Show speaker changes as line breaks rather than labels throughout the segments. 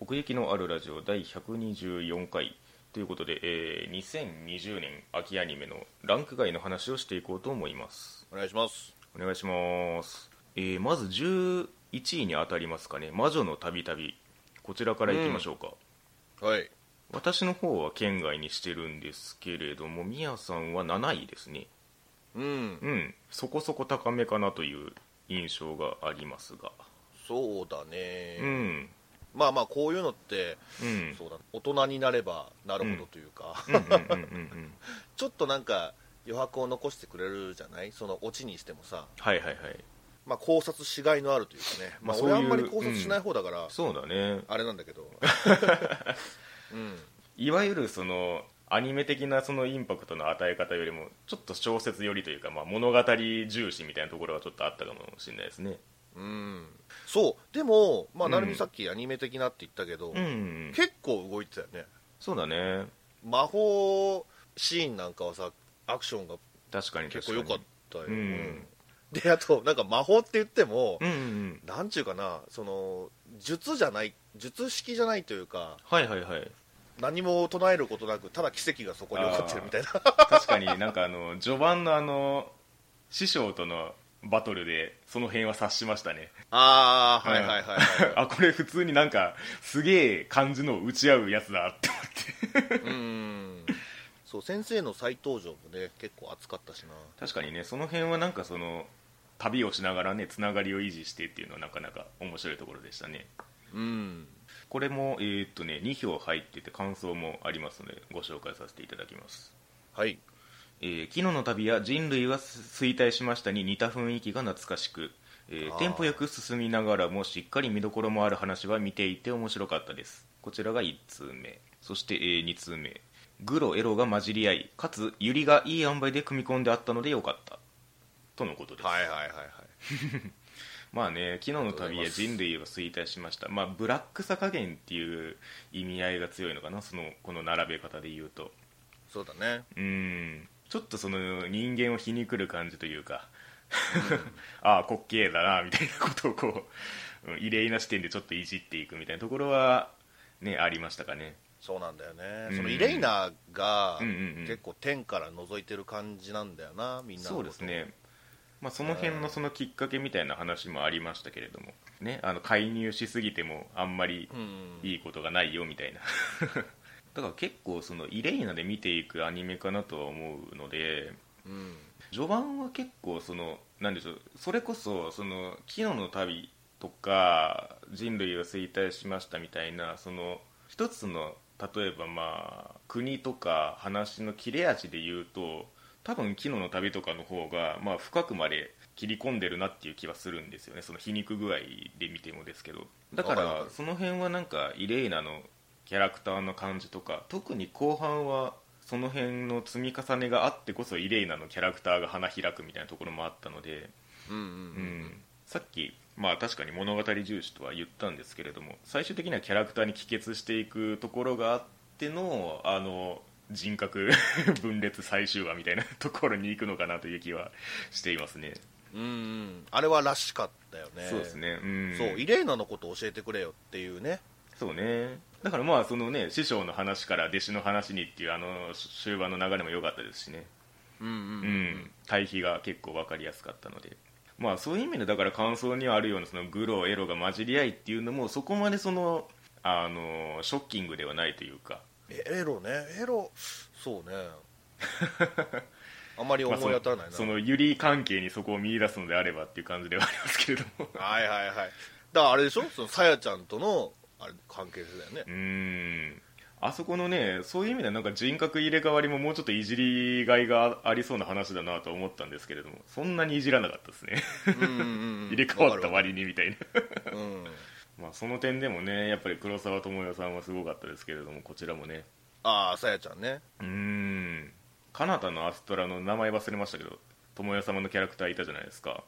奥行きのあるラジオ第124回ということで、えー2020年秋アニメのランク外の話をしていこうと思います
お願いします
お願いします、えーまず11位に当たりますかね「魔女のたびたび」こちらからいきましょうか、
はい
私の方は県外にしてるんですけれどもみやさんは7位ですね
うん
うんそこそこ高めかなという印象がありますが
そうだ
う
ね、
ん
まあまあこういうのって、
うん
そうだ大人になればなるほどというか、
うんうんうんうんうん
ちょっとなんか余白を残してくれるじゃないそのオチにしてもさ、
はいはいはい
まあ、考察しがいのあるというかね、まあ、
まあ
俺
そう
あ
いうん
まり考察しない方だから、
そうだね
あれなんだ けどうん
いわゆるそのアニメ的なそのインパクトの与え方よりもちょっと小説寄りというか、まあ、物語重視みたいなところはちょっとあったかもしれないですね
うんそうでも、まあ、
うん
なるみさっきアニメ的なって言ったけど、
うん
結構動いてたよね
そうだね
魔法シーンなんかはさアクションが
確かに確
結
か
構
に
良かったよ、
うん
うんであとなんか魔法って言っても、
うんうんうん
なんちゅうかなその術じゃない術式じゃないというか
はいはいはい
何も唱えることなくただ奇跡がそこに起こってるみたい な
確かになんかあの序盤のあの師匠とのバトルでその辺は察しましたね
あ
ーはいはい
は
あこれ普通になんかすげえ感じの打ち合うやつだって思って
いうんそう先生の再登場もね結構熱かったしな
確かにねその辺はなんかその旅をしながらねつながりを維持してっていうのはなかなか面白いところでしたね
うん
これもえーっとね2票入ってて感想もありますのでご紹介させていただきます
はい
「えー、昨日の旅」や「人類は衰退しました」に似た雰囲気が懐かしく、えー
あー
テンポよく進みながらもしっかり見どころもある話は見ていて面白かったですこちらが1通目そして、え2通目グロエロが混じり合いかつユリがいい塩梅で組み込んであったのでよかったとのことです
はいはいはいはい
まあね、昨日の旅
ありがとうござい
へ
ます
人類は衰退しました、まあ、ブラックさ加減っていう意味合いが強いのかな、そのこの並べ方で言うと、
そうだね
うん、ちょっとその人間を皮肉る感じというか、 ああ、滑稽だなみたいなことをこう、うん、異例な視点でちょっといじっていくみたいなところは、ね、ありましたかね、
そうなんだよね、
うん
そのイレイナが
うんうんうん
結構天から覗いてる感じなんだよなみんなの
そ
こ
う
と
ですね、まあ、その辺のそのきっかけみたいな話もありましたけれども、ね、あの介入しすぎてもあんまり
うん
いいことがないよみたいなだから結構そのイレイナで見ていくアニメかなとは思うので
うん
序盤は結構そのなんでしょうそれこそその「昨日の旅」とか「人類は衰退しました」みたいなその一つの例えばまあ国とか話の切れ味で言うと多分「昨日の旅」とかの方がまあ深くまで切り込んでるなっていう気はするんですよねその皮肉具合で見てもですけどだか
わかるわ
ら
かる
その辺はなんかイレイナのキャラクターの感じとか特に後半はその辺の積み重ねがあってこそイレイナのキャラクターが花開くみたいなところもあったので、
うんうん
う
うんん
さっき、まあ、確かに物語重視とは言ったんですけれども最終的にはキャラクターに帰結していくところがあってのあの人格 分裂最終話みたいなところに行くのかなという気はしていますね、
うんうんあれはらしかったよね
そうですね、うん、
そうイレーナのこと教えてくれよっていうね
そうねだからまあそのね師匠の話から弟子の話にっていうあの終盤の流れも良かったですしね
うんうん
うん、対比が結構分かりやすかったので、まあ、そういう意味でだから感想にはあるようなそのグロエロが混じり合いっていうのもそこまでそのあのショッキングではないというか、
えエロねエロ そうねあんまり
ま
思
あ
い
その
当たらないな、
そのユリ関係にそこを見出すのであればっていう感じではありますけれども
はいはいはいだからあれでしょそのさやちゃんとのあれ関係性だよね
うーんあそこのねそういう意味ではなんか人格入れ替わりももうちょっといじりがいがありそうな話だなと思ったんですけれどもそんなにいじらなかったですね
うんうんうん
入れ替わった
わか
割にみたいな
るわうん
まあその点でもねやっぱり黒沢智代さんはすごかったですけれどもこちらもね
ああさやちゃんね
うーんかなたのアストラの名前忘れましたけど友代様のキャラクターいたじゃないですか、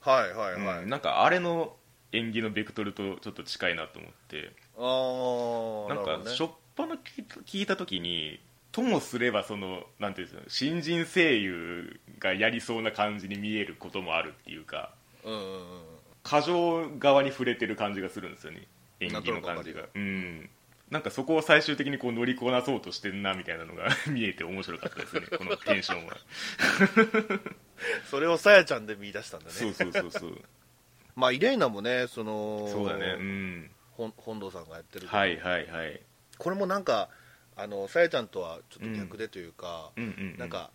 はいはいはい、
うんなんかあれの演技のベクトルとちょっと近いなと思って
ああ
なんか
ね
初っ端の聞いた聞いた時にともすればそのなんていうんですか新人声優がやりそうな感じに見えることもあるっていうか
うんうんうん
過剰側に触れてる感じがするんですよね演技の感じ
なんとなく
が
わか
うんなんかそこを最終的にこう乗りこなそうとしてんなみたいなのが 見えて面白かったですねこのテンションは
それをさやちゃんで見出したんだね
そうそうそうそう
まあイレーナもねその
そうだねうん
ほん本堂さんがやってるけど、
はいはいはい
これもなんかあのさやちゃんとはちょっと逆でというか、
うんうん、うん、
なんか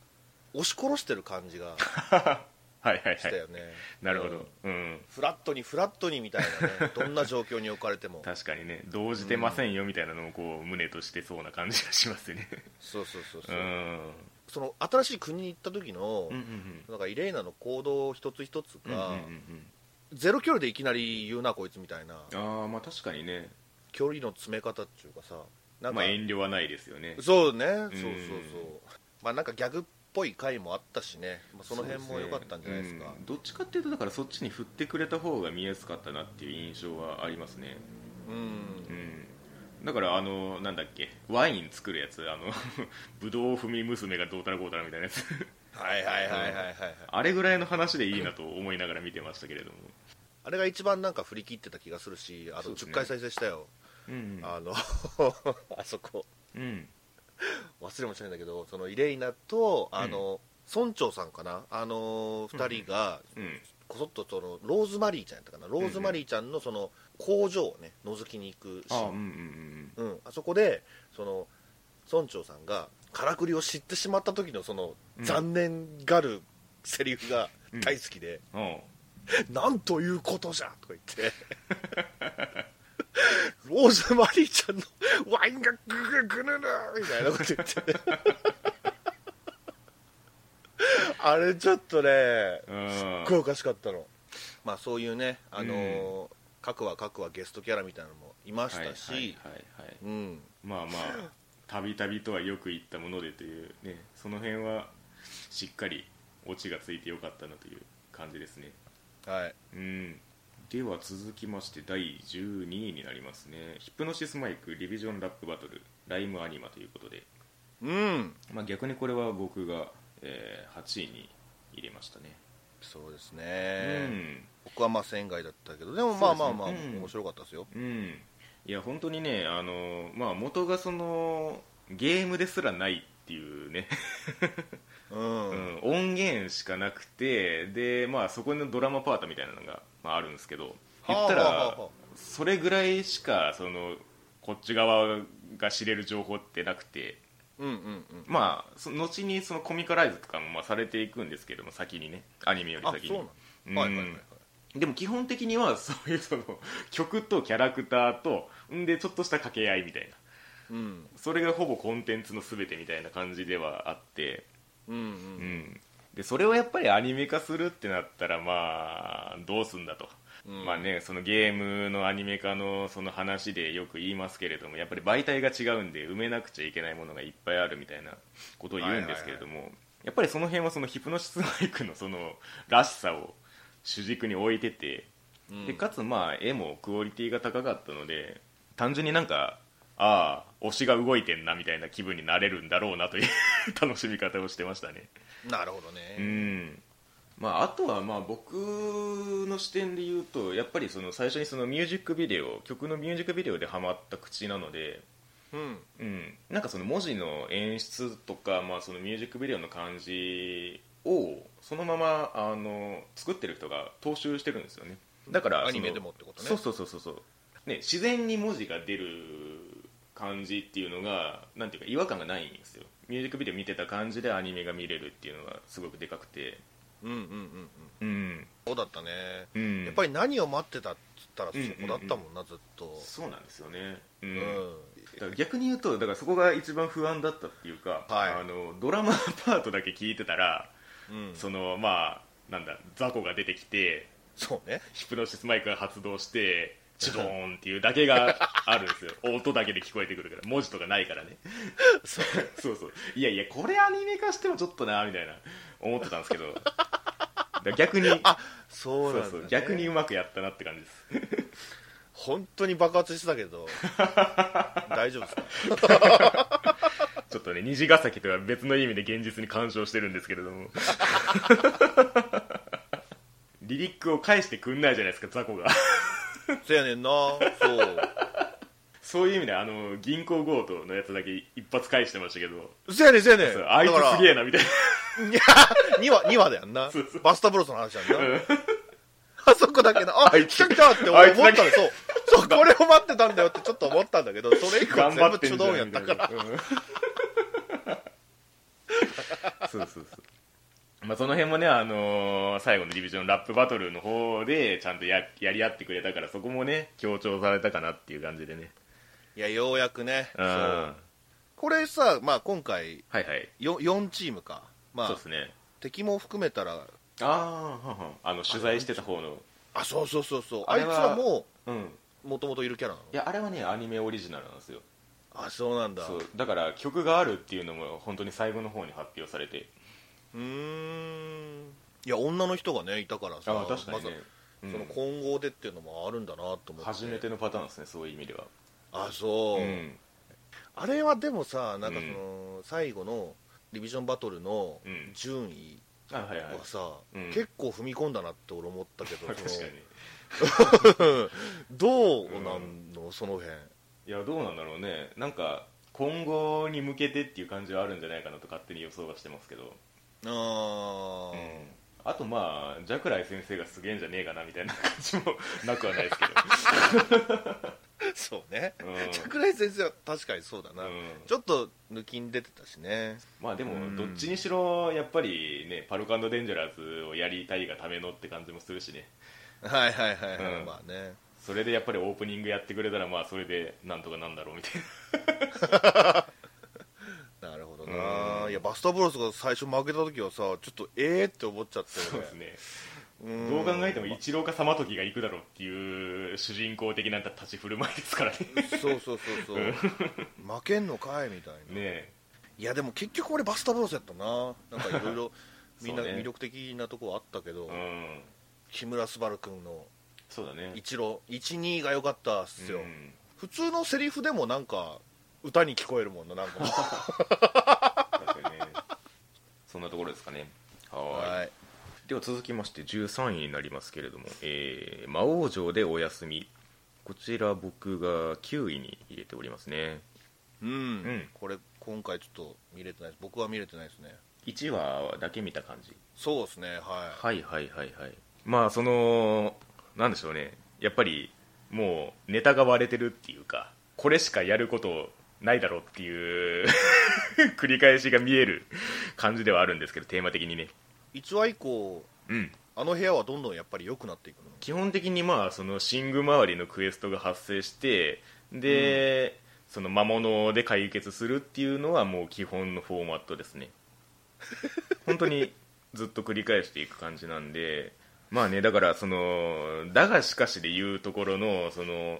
押し殺してる感じが
はいはい
した
はい
よね、
なるほ
うん
どうん
フラットにフラットにみたい なねどんな状況に置かれても
確かにね動じてませんよみたいなのをこう胸としてそうな感じがします ね
そうそうそう
う
そう、
ん
その新しい国に行った時の、
うんうん
なんかイレーナの行動一つ一つ
うんうんうん
が、
うん
ゼロ距離でいきなり言うなこいつみたいな
ああまあ確かにね
距離の詰め方っていうかさなんか、
まあ遠慮はないですよね
そうね、そうそうそうまあなんかギャグっぽい回もあったしね、まあ、その辺も良かったんじゃないですか
うんどっちかっていうとだからそっちに振ってくれた方が見やすかったなっていう印象はありますね
うん、
うんだからあのなんだっけワイン作るやつあの ブドウ踏み娘がどうたらこうたらみたいなやつ
はいはいはいはいはいはい
あれぐらいの話でいいなと思いながら見てましたけれども、
あれが一番なんか振り切ってた気がするしあと
そうです
10
ね
回再生したよ、
うん
あ のあそこ
うん
忘れもしないんだけどそのイレイナとあの、村長さんかなあの2人が
うん
こそっとそのローズマリーちゃんやったかなローズマリーちゃんのその工場をね覗きに行くシ
あ
ー
うん
ン
うんうん
うん、あそこでその村長さんがからくりを知ってしまった時のその
うん
残念がるセリフが
うん
大好きで
うんおう
「なんということじゃ!」とか言ってローズマリーちゃんのワインがグググヌヌみたいなこと言ってあれちょっとね
うん
すっごいおかしかったのまあそういうねあのー各話各話ゲストキャラみたいなのもいまし
はいはい
たし、
はいはい
うん
まあまあたびたびとはよく言ったものでというねその辺はしっかりオチがついてよかったなという感じですね
はい
うんでは続きまして第12位になりますねヒプノシスマイクリビジョンラップバトルライムアニマということで、
うん
まあ、逆にこれは僕が、えー8位に入れましたね、
そうですね、
うん
僕はまあ仙外だったけどでもまあまあまあ、
そうですねうん
面白かったですよ
うん、いや本当にねあの、まあ、元がそのゲームですらないっていうね、
うん、
うん、音源しかなくてで、まあ、そこのドラマパートみたいなのが、まあ、あるんですけど言った
はあはあは
ら
あはあ
それぐらいしかそのこっち側が知れる情報ってなくて。
うんうんうん
まあ、そ後にそのコミカライズとかもまあされていくんですけども先にねアニメより
あ
先に
そうなの、はいはいはいはい
でも基本的には そういうその曲とキャラクターとんでちょっとした掛け合いみたいな
うん
それがほぼコンテンツの全てみたいな感じではあって、
うんうん
う、ん、でそれをやっぱりアニメ化するってなったらまあどうすんだと、
うん
まあねそのゲームのアニメ化のその話でよく言いますけれどもやっぱり媒体が違うんで埋めなくちゃいけないものがいっぱいあるみたいなことを言うんですけれども、やっぱりその辺はそのヒプノシスマイクのその らしさを主軸に置いてて
うん
でかつまあ絵もクオリティが高かったので単純になんかああ推しが動いてんなみたいな気分になれるんだろうなという 楽しみ方をしてましたね
なるほど
う
ね、
んまああとはまあ僕の視点で言うとやっぱりその最初にそのミュージックビデオ曲のミュージックビデオでハマった口なので
うん
うん、なんかその文字の演出とか、まあ、そのミュージックビデオの感じをそのままあの作ってる人が踏襲してるんですよねだからその
アニメでもってことね
そうそうそうそうそう、ね、自然に文字が出る感じっていうのがなんていうか違和感がないんですよミュージックビデオ見てた感じでアニメが見れるっていうのがすごくでかくて
うんうんうんうん
うん、
そうだったね、
うん、
やっぱり何を待ってたっつったらそ
うんうんうん
こだったもんな、ずっと
そうなんですよねう
うんん、
だから逆に言うとだからそこが一番不安だったっていうか、
はい
あのドラマパートだけ聞いてたら、
うん
そのまあなんだ雑魚が出てきて
そうね
ヒプノシスマイクが発動してチドーンっていうだけがあるんです よ音だけで聞こえてくるから文字とかないからね
そう
そうそういやいやこれアニメ化してもちょっとなみたいな思ってたんですけ どだから逆に
あそう
そ
な
うん
だ、ね、
そう逆にうまくやったなって感じです
本当に爆発してた けど大丈夫ですか
ちょっとね虹ヶ崎とは別の意味で現実に干渉してるんですけれど もリリックを返してくんないじゃないですか雑魚が
そやねんなそ
そういう意味であの銀行強盗のやつだけ一発返してましたけど、
うそやねんそやねん
そうあいつすげえなみたい
2話2話だよんな
そうそう
バスタブロスの話やんな、
うん
あそこだけなあ
あい
来
つ
た来たって
あ
俺
いつ
思っ
だけ
たのそうそうこれを待ってたんだよってちょっと思ったんだけどそれ以
な
降
頑
全
張
部
って
チュ
ん
ド
じゃ
ン
ん
やっ
みた
た
いな
から
うんそうそうそうまあその辺もね、あのー最後のディビジョンラップバトルの方でちゃんとややり合ってくれたからそこもね強調されたかなっていう感じでね
いやようやくね
うん
そうこれさ、まあ、今回
はいはい
よ4チームか、ま
そう
あ
で、すね
敵も含めたら
ああはんはんあの取材してた方の
あそうそうそうそうあ
あ
い
れ
つ
は
はも
うん
うもともといるキャラなの
いやあれはねアニメオリジナルなんですよ
あそうなんだ
そううだから曲があるっていうのも本当に最後の方に発表されて
ーんいや女の人がねいたからさ
ああ確かにね、
ま
うん
ずその混合でっていうのもあるんだなと思って
初めてのパターンですねそういう意味では
あそう、
うん
あれはでもさなんかその、最後のリビジョンバトルの
うん
順位
あはいはい
はさ、
うん
結構踏み込んだなって俺思ったけ ど
確か
そ
に
のどうなんの、その辺
いやどうなんだろうねなんか今後に向けてっていう感じはあるんじゃないかなと勝手に予想はしてますけど、
ああ、
うんあとまあジャクライ先生がすげえんじゃねえかなみたいな感じもなくはない ですけ
そうね、
ど、うん
桜井先生は確かにそうだな、
うん
ちょっと抜きに出てたしね
まあでも
うん
どっちにしろやっぱりねパルコデンジャラーズをやりたいがためのって感じもするしね
はいはいはいはい、
うん
まあね
それでやっぱりオープニングやってくれたらまあそれでなんとかなんだろうみたい
なるほど
う
なんいやバスタブロスが最初負けた時はさちょっとええって思っちゃった
な
よ
そう
ね
ですね
うん
どう考えても一郎か様時が行くだろうっていう主人公的な立ち振る舞いですからね
そうそうそうそう負けんのかいみたい
ね
な、
え
いやでも結局俺バスタブロスやったななんかいろいろみん な
そうね
魅力的なとこあったけど、
うん
木村昴君の
そうだね
一郎12が良かったっすよ、
うん
普通のセリフでもなんか歌に聞こえるもんななんか もう
確かにねそんなところですかねはーい
はい
では続きまして13位になりますけれども、えー魔王城でお休みこちら僕が9位に入れておりますね
うん、
ん
これ今回ちょっと見れてないです僕は見れてないですね
1話だけ見た感じ
そうですねはい
はいはいはいはいまあそのなんでしょうねやっぱりもうネタが割れてるっていうかこれしかやることないだろうっていう 繰り返しが見える感じではあるんですけどテーマ的にね
1話以降
うん
あの部屋はどんどんやっぱり良くなっていくの
基本的にまあその寝具周りのクエストが発生してで、その魔物で解決するっていうのはもう基本のフォーマットですね本当にずっと繰り返していく感じなんでまあねだからそのだがしかしで言うところのその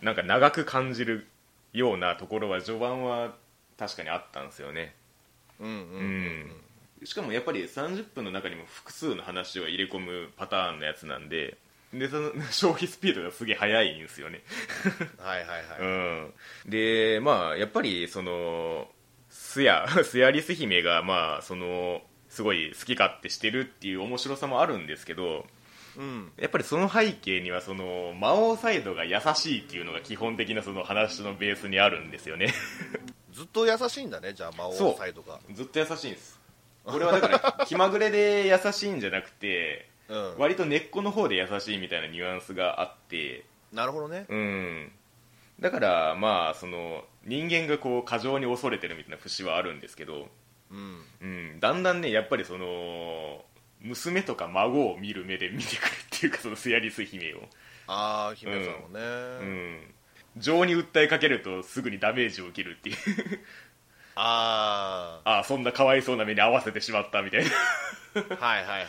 なんか長く感じるようなところは序盤は確かにあったんですよね
うんうんうん、
しかもやっぱり30分の中にも複数の話を入れ込むパターンのやつなんででその 消費スピードがすげえ速いんですよね、
はいはいはい、
うん、でまあやっぱりそのス ヤスヤリス姫がまあそのすごい好き勝手してるっていう面白さもあるんですけど
うん、
やっぱりその背景にはその魔王サイドが優しいっていうのが基本的なその話のベースにあるんですよね
ずっと優しいんだねじゃあ魔
そ
王
う
サイドが
ずっと優しいんです俺はだから気まぐれで優しいんじゃなくて
うん
割と根っこの方で優しいみたいなニュアンスがあって
なるほどね
うんだからまあその人間がこう過剰に恐れてるみたいな節はあるんですけど、
うん
うん、だんだんねやっぱりその娘とか孫を見る目で見てくるっていうかそのスヤリス姫を、
ああ姫さんもね、
うん、情に訴えかけるとすぐにダメージを受けるっていう
あ
ああそんなかわいそうな目に合わせてしまったみたいな
あはいはいはいはいは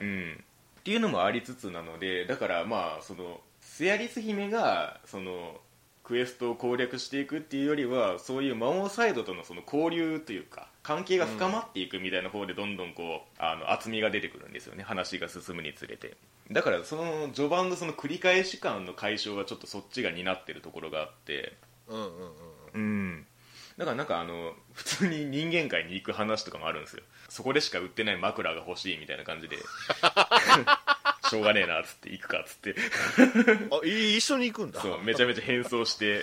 う
い
ん、っていうのもありつつなのでだからまあそのスヤリス姫がそのクエストを攻略していくっていうよりはそういう魔王サイドとのその交流というか関係が深まっていくみたいな方でどんどんこうあの厚みが出てくるんですよね話が進むにつれてだからその序盤のその繰り返し感の解消はちょっとそっちが担ってるところがあって
うんうんうん
うんだからなんかあの普通に人間界に行く話とかもあるんですよそこでしか売ってない枕が欲しいみたいな感じでしょうがねえなっつって行くかっつって
あい一緒に行くんだ
そうめちゃめちゃ変装して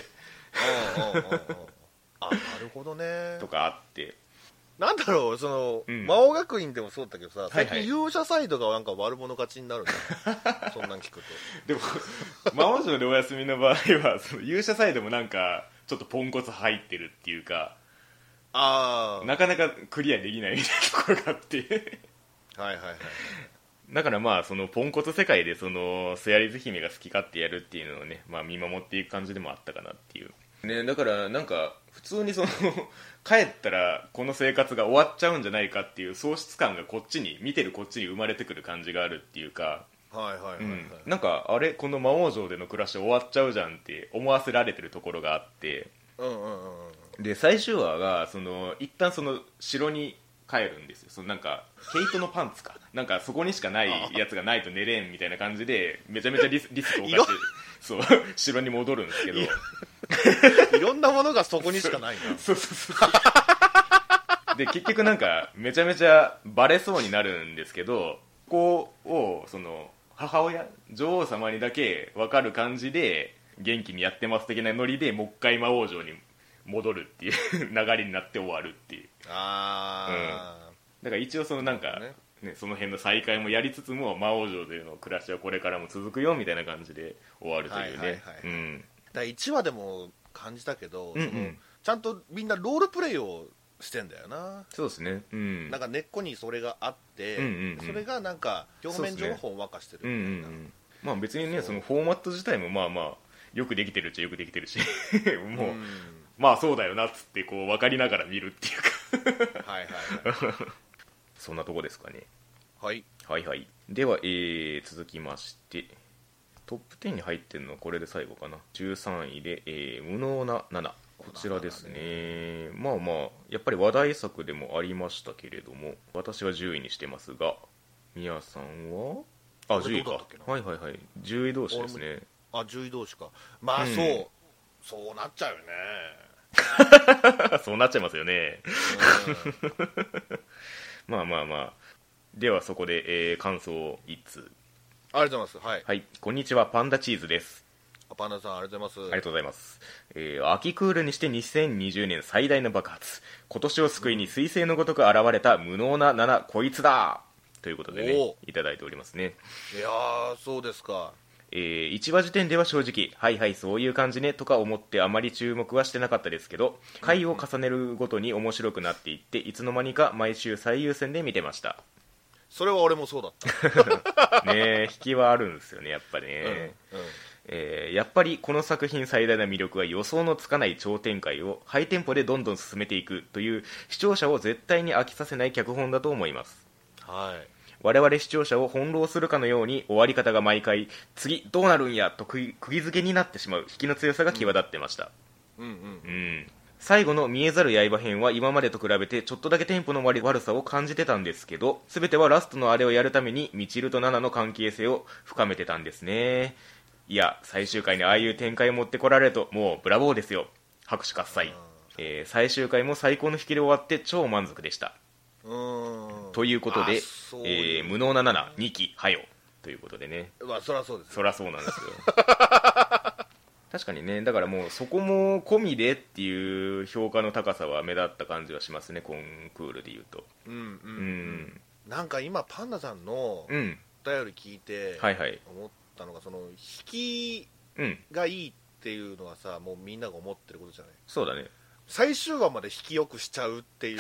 うんうんうんうんあなるほどね
とかあって
なんだろうその、
うん
魔王学院でもそうだったけどさ
はい
最近勇者サイドがなんか悪者勝ちになるんだよ、 そんなん聞くと
でも魔王城でお休みの場合はその勇者サイドもなんかちょっとポンコツ入ってるっていうか
あ
なかなかクリアできないみたいなところがあって
あはいはいはい
だからまあそのポンコツ世界でそのスヤリズ姫が好き勝手やるっていうのをね、まあ、見守っていく感じでもあったかなっていう、ね、だからなんか普通にその帰ったらこの生活が終わっちゃうんじゃないかっていう喪失感がこっちに見てるこっちに生まれてくる感じがあるっていうか、
はいはいはい、は
う
い
んなんかあれこの魔王城での暮らし終わっちゃうじゃんって思わせられてるところがあって
うんうんうんうん
で最終話がその一旦その城に帰るんですよそのなんか毛糸のパンツかなんかそこにしかないやつがないと寝れんみたいな感じでめちゃめちゃリ スリスクを犯してそう城に戻るんですけど
いやいろんなものがそこにしかない な
そうそうそうで結局なんかめちゃめちゃバレそうになるんですけどここをその母親女王様にだけ分かる感じで元気にやってます的なノリでもう一回魔王城に戻るっていう流れになって終わるっていう
あ
だから一応そのなんか、
ね
ねその辺の再会もやりつつも魔王城での暮らしはこれからも続くよみたいな感じで終わるという
はいはい
ね
はい
うん
あ、だ1話でも感じたけど、
うんうん
そのちゃんとみんなロールプレイをしてんだよな、
そうですねうん
なんか根っこにそれがあって、
うんうんうん
それがなんか表面上はほんわかしてる
うん
み
う
た
ん
いな、
うんまあ別にね
そう
そのフォーマット自体もまあまあよくできてるっちゃよくできてるし もう、
うん
まあそうだよなっつってこう分かりながら見るっていうか
はいはい はい、
そんなとこですかね
はい、
はいはいでは、えー続きましてトップ10に入ってるのはこれで最後かな13位で、えー無能な7こちらですねまあまあやっぱり話題作でもありましたけれども私は10位にしてますが宮さんはあ
俺
10位
どうだ
か
ったっけな
はいはいはい10位同士ですね
あ獣医同士かまあ
うん
そう、そうなっちゃうよね
そうなっちゃいますよね
うん
まあまあまあではそこで、えー感想を1通
ありがとうございますはい
はいこんにちはパンダチーズです
パンダさんありがとうござい
あ
ます
りがとうございます。えー秋クールにして2020年最大の爆発。今年を救いに彗星のごとく現れた無能な7、こいつだということで
お
ね
お、
いただいておりますね。
いやーそうですか
え1話時点では正直、はいはい、そういう感じねとか思ってあまり注目はしてなかったですけど、回を重ねるごとに面白くなっていって、いつの間にか毎週最優先で見てました。
それは俺もそうだっ
ね
た、
え引きはあるんですよね、やっぱね。
うんうん
えーやっぱりこの作品最大の魅力は予想のつかない超展開をハイテンポでどんどん進めていくという視聴者を絶対に飽きさせない脚本だと思います
はい
我々視聴者を翻弄するかのように終わり方が毎回次どうなるんやと釘釘付けになってしまう引きの強さが際立ってました、
うんうん
うん、最後の見えざる刃編は今までと比べてちょっとだけテンポの悪悪さを感じてたんですけど全てはラストのあれをやるためにみちるとナナの関係性を深めてたんですねいや最終回にああいう展開を持ってこられるともうブラボーですよ拍手喝采、えー最終回も最高の引きで終わって超満足でした
うーん
ということで
あそう
え
い
ー
う
無能なナ2期はよということでね
まあそりゃそうですよ
そりゃそうなんですよ 確かにねだからもうそこも込みでっていう評価の高さは目立った感じはしますねコンクールでいうと
うんう、
うんん
なんか今パンダさんのお
うん、
便り聞いて
はいはい
思ったのがその引き
うん
がいいっていうのはさもうみんなが思ってることじゃない
そうだね
最終話まで引きよくしちゃうって いう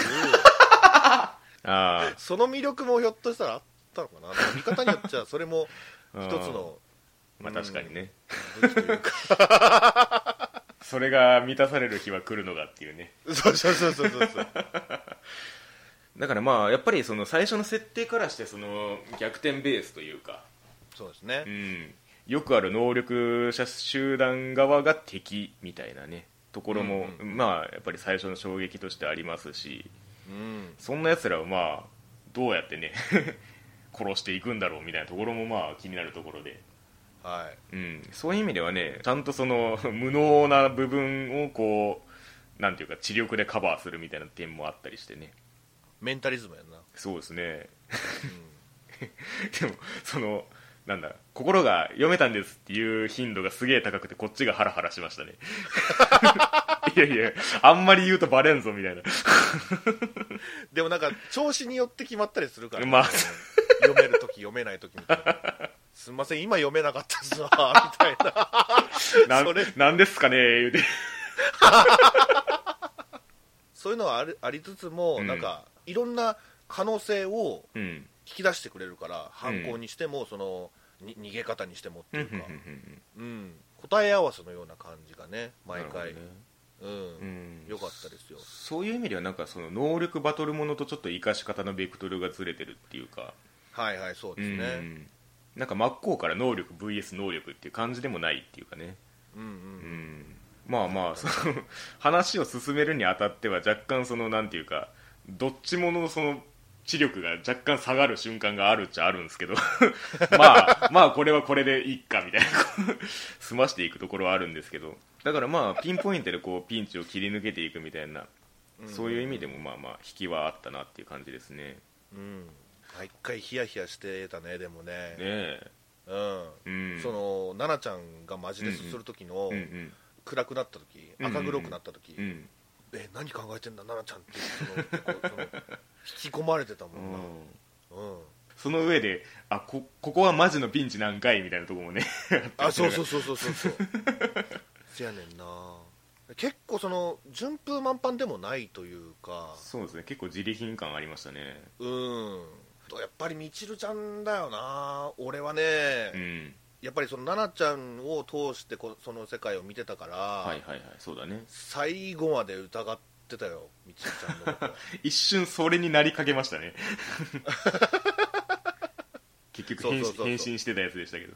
ああ
その魅力もひょっとしたらあったのかな見方によっちゃそれ も一つの
まあ確かにね、
武器というか
それが満たされる日は来るのがっていうね
そうそうそうそうそうそう
だからまあやっぱりその最初の設定からしてその逆転ベースというか
そうですね
うんよくある能力者集団側が敵みたいなねところも、
う
まあやっぱり最初の衝撃としてありますし
うん
そんな奴らをまあどうやってね 殺していくんだろうみたいなところもまあ気になるところで、
はい
うん、そういう意味ではねちゃんとその 無能な部分をこうなんていうか知力でカバーするみたいな点もあったりしてね
メンタリズムやんな、
そうですね
う
で
ん
もそのなんだ心が読めたんですっていう頻度がすげえ高くてこっちがハラハラしま したねいやいやあんまり言うとバレんぞみたいな
でもなんか調子によって決まったりするから、
まあ
読める時読めない時みたいなすみません今読めなかったっすわみたいな
な
それ
なんですかね言うて
そういうのはあるありつつも、
うん
なんかいろんな可能性を
うん
引き出してくれるから犯行にしても、そのに逃げ方にしてもっていうか、うん、答え合わせのような感じがね毎
なる
回、
ほどね
うん
うん
よかったですよ
そういう意味ではなんかその能力バトルものとちょっと生かし方のベクトルがずれてるっていうか
はいはいそうです
う
ね、
んなんか真っ向から能力 VS 能力っていう感じでもないっていうかね
うんうん
うんまあまあその話を進めるにあたっては若干そのなんていうかどっちものその知力が若干下がる瞬間があるっちゃあるんですけど まあまあこれはこれでいいかみたいなこう済ましていくところはあるんですけどだからまあピンポイントでこうピンチを切り抜けていくみたいなそういう意味でもまあまあ引きはあったなっていう感じですね
うん毎回ヒヤヒヤしてたねでもね
ねえ
うん
うん
その奈々ちゃんがマジレスする時の、
うんうん
暗くなった時
うんうん
赤黒くなった時、
うん
え何考えてんだ奈々ちゃんってその結構その引き込まれてたも
うん
な、
ん
うん
その上であこここはマジのピンチなんかいみたいなところもね
あそうそうそうそうそうそう せやねんな結構その順風満帆でもないというか
そうですね結構自利品感ありましたね
うんやっぱりみちるちゃんだよな俺はね、
うん
やっぱりその奈々ちゃんを通してこその世界を見てたから、
はいはいはいそうだね
最後まで疑ってたよみちるちゃんの こと
一瞬それになりかけました ね結局変身
そうそうそうそう
変身してたやつでしたけど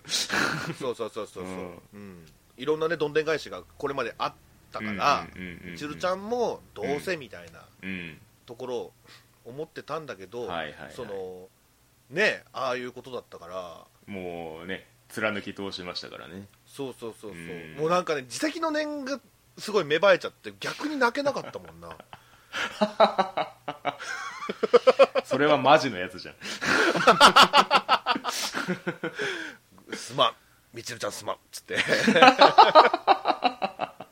そうそうそうそうそう、
うん
うんいろんなねどんでん返しがこれまであったから、
うんうんうんうん
みちるちゃんもどうせみたいな
うん
ところを思ってたんだけど、
はいはいはい
そのねああいうことだったから
もうね貫き通しましたからね
そうそうそうそう、
うん
もうなんかね自責の念がすごい芽生えちゃって逆に泣けなかったも んな
それはマジのやつじゃん
すまんみちるちゃんすまんっつって、
まあ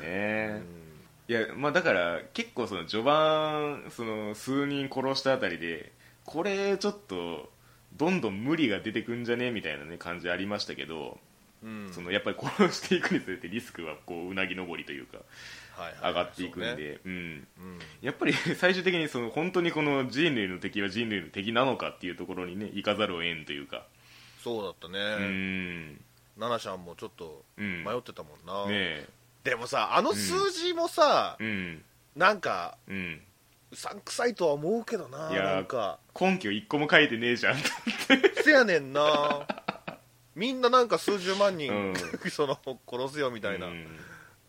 ね、
うん
いやまあだから結構その序盤その数人殺したあたりでこれちょっとどんどん無理が出てくんじゃねみたいな、ね、感じありましたけど、
うん
そのやっぱり殺していくにつれてリスクはこううなぎ登りというか
はいはいはい
上がっていくんで、
そうね
うん、
うん
やっぱり最終的にその本当にこの人類の敵は人類の敵なのかっていうところにね行かざるを得んというか、
そうだったね、
うん
ナナちゃんもちょっと
うん
迷ってたもんな、
ねえ
でもさあの数字もさ、
うん
なんか
うん
うさんくさいとは思うけどない
やー
なんか
根拠一個も書いてねえじゃん
せやねんなみんななんか数十万人、
うん
その殺すよみたいな、
うん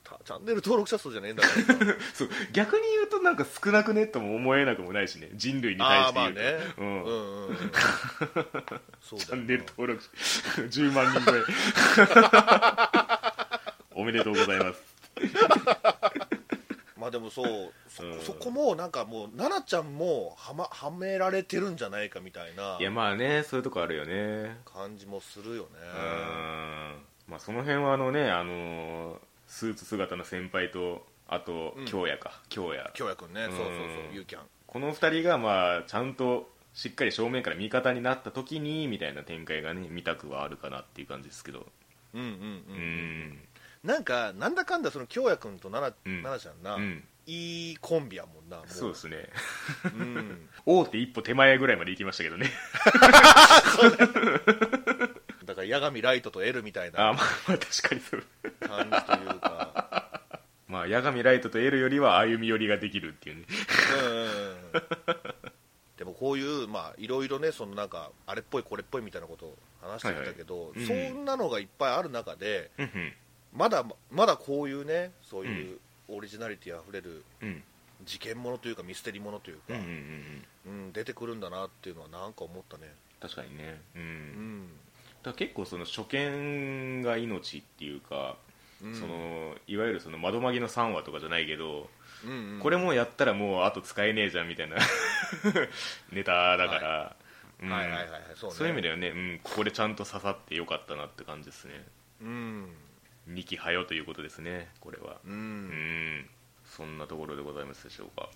たチャンネル登録者数じゃねえん だからさ
そう逆に言うとなんか少なくねとも思えなくもないしね人類に対
あ
し
あ
て言
まあ
うと
ね
う
うん
ん
うんうんそう
チャ
だよ
ン
な
ネル登 録者10万人超 えおめでとうございます
まあでもそうそ,、
うん
そこもなんかもう奈々ちゃんもはまはめられてるんじゃないかみたいない
やまあねそういうとこあるよね
感じもするよね
うんまあその辺はあのねあのースーツ姿の先輩とあと
うん
京也か京也
京也君ね、
うん
そうそうそうゆうきゃん
この2人がまあちゃんとしっかり正面から味方になった時にみたいな展開がね見たくはあるかなっていう感じですけど
うんうんう、
うんん
なんかなんだかんだその京也君と奈
うん
々、奈々ちゃんな、
うん
いいコンビやもんなもう
そうですね
うん、
大手一歩手前ぐらいまで行きましたけどね
だから八神ライトとエルみたい
あ
な
まあ まあ確かにそう
感じというか
まあ八神ライトとエルよりは歩み寄りができるっていうね
うんうんうんでもこういうまあいろいろねそのなんかあれっぽいこれっぽいみたいなことを話してきたけど、
いはいうん
そんなのがいっぱいある中で
うんうん
まだまだこういうねそういううオリジナリティあふれる
うん
事件ものというかミステリーものというか、
う
うん
うんうんん
出てくるんだなっていうのはなんか思ったね
確かにねう
うんん、
だから結構その初見が命っていうか、
うん
そのいわゆるその窓マギの3話とかじゃないけど、
うんうん
これもやったらもうあと使えねえじゃんみたいなネタだから、うん
はいはいはいはいそうね
そういう意味ではね、うん、ここでちゃんと刺さってよかったなって感じですね
うん
2期早ということですねこれは
うん、
うんそんなところでございますでしょうか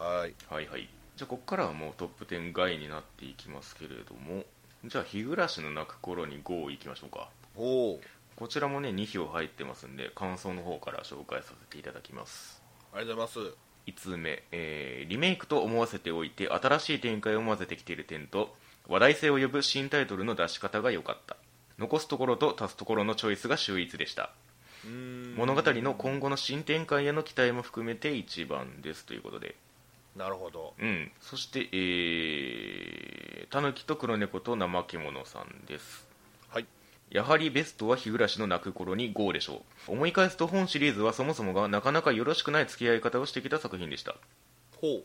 はい
はいはいじゃあここからはもうトップ10外になっていきますけれどもじゃあ「日暮らしの泣く頃に5」いきましょうか
おお
こちらもね2票入ってますんで感想の方から紹介させていただきます
ありがとうございます
5つ目、えーリメイクと思わせておいて新しい展開を混ぜてきている点と話題性を呼ぶ新タイトルの出し方が良かった残すところと足すところのチョイスが秀逸でした
うーん
物語の今後の新展開への期待も含めて1番ですということで
なるほど
うんそしてえー、タヌキと黒猫と怠け者さんです
はい
やはりベストは日暮らしの泣く頃に GO でしょう思い返すと本シリーズはそもそもがなかなかよろしくない付き合い方をしてきた作品でした
ほう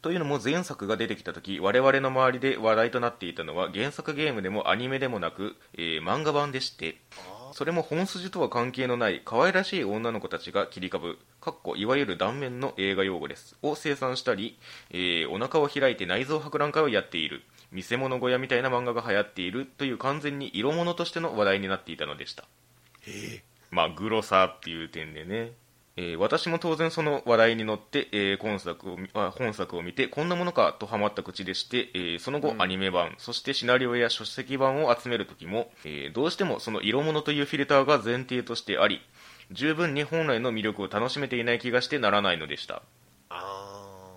というのも前作が出てきた時我々の周りで話題となっていたのは原作ゲームでもアニメでもなく、えー漫画版でして
あ
それも本筋とは関係のない可愛らしい女の子たちが切り株かっこいわゆる断面の映画用語ですを生産したり、えーお腹を開いて内臓博覧会をやっている見せ物小屋みたいな漫画が流行っているという完全に色物としての話題になっていたのでした
え
まあ、グロさっていう点でね、えー私も当然その話題に乗って、えー今作を見あ本作を見てこんなものかとハマった口でして、えーその後
うん
アニメ版、そしてシナリオや書籍版を集める時も、えーどうしてもその色物というフィルターが前提としてあり十分に本来の魅力を楽しめていない気がしてならないのでした
あ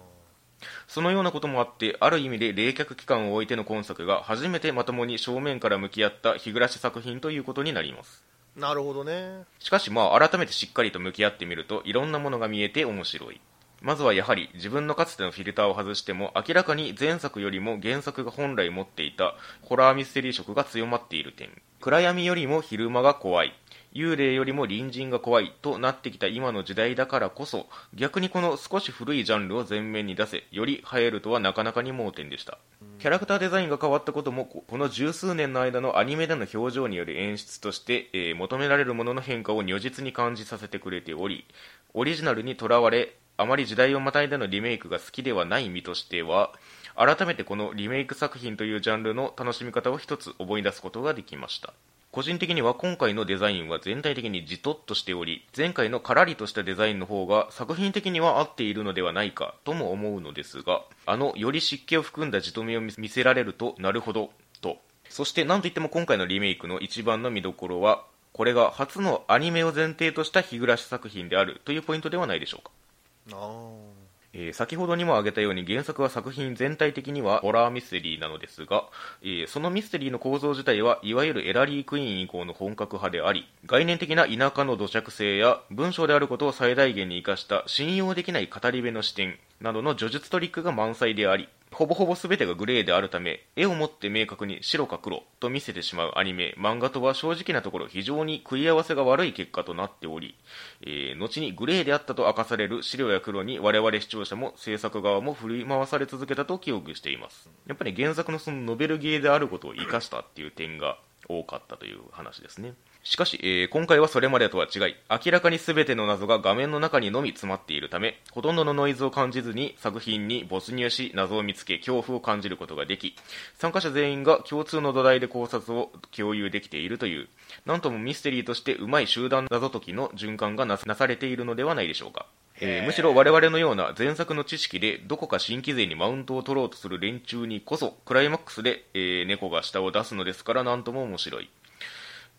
そのようなこともあってある意味で冷却期間を置いての今作が初めてまともに正面から向き合った日暮らし作品ということになります
ーなるほどね
しかしまあ改めてしっかりと向き合ってみるといろんなものが見えて面白いまずはやはり自分のかつてのフィルターを外しても明らかに前作よりも原作が本来持っていたホラーミステリー色が強まっている点暗闇よりも昼間が怖い幽霊よりも隣人が怖いとなってきた今の時代だからこそ逆にこの少し古いジャンルを前面に出せより映えるとはなかなかに盲点でしたキャラクターデザインが変わったこともここの十数年の間のアニメでの表情による演出として、えー求められるものの変化を如実に感じさせてくれておりオリジナルにとらわれあまり時代をまたいでのリメイクが好きではない身としては改めてこのリメイク作品というジャンルの楽しみ方を一つ思い出すことができました個人的には今回のデザインは全体的にじとっとしており前回のカラリとしたデザインの方が作品的には合っているのではないかとも思うのですがあのより湿気を含んだじとみを見せられるとなるほどとそして何といっても今回のリメイクの一番の見どころはこれが初のアニメを前提とした日暮らし作品であるというポイントではないでしょうか
ああ
えー先ほどにも挙げたように原作は作品全体的にはホラーミステリーなのですが、えーそのミステリーの構造自体はいわゆるエラリー・クイーン以降の本格派であり概念的な田舎の土着性や文章であることを最大限に生かした信用できない語り部の視点などの叙述トリックが満載でありほぼほぼ全てがグレーであるため絵をもって明確に白か黒と見せてしまうアニメ漫画とは正直なところ非常に食い合わせが悪い結果となっておりえー後にグレーであったと明かされる白や黒に我々視聴者も制作側も振り回され続けたと記憶していますやっぱり原作のそのノベルゲーであることを生かしたっていう点が多かったという話ですねしかし、えー今回はそれまでとは違い明らかに全ての謎が画面の中にのみ詰まっているためほとんどのノイズを感じずに作品に没入し謎を見つけ恐怖を感じることができ参加者全員が共通の土台で考察を共有できているというなんともミステリーとしてうまい集団謎解きの循環がななされているのではないでしょうか、えーむしろ我々のような前作の知識でどこか新規勢にマウントを取ろうとする連中にこそクライマックスで、えー猫が舌を出すのですからなんとも面白い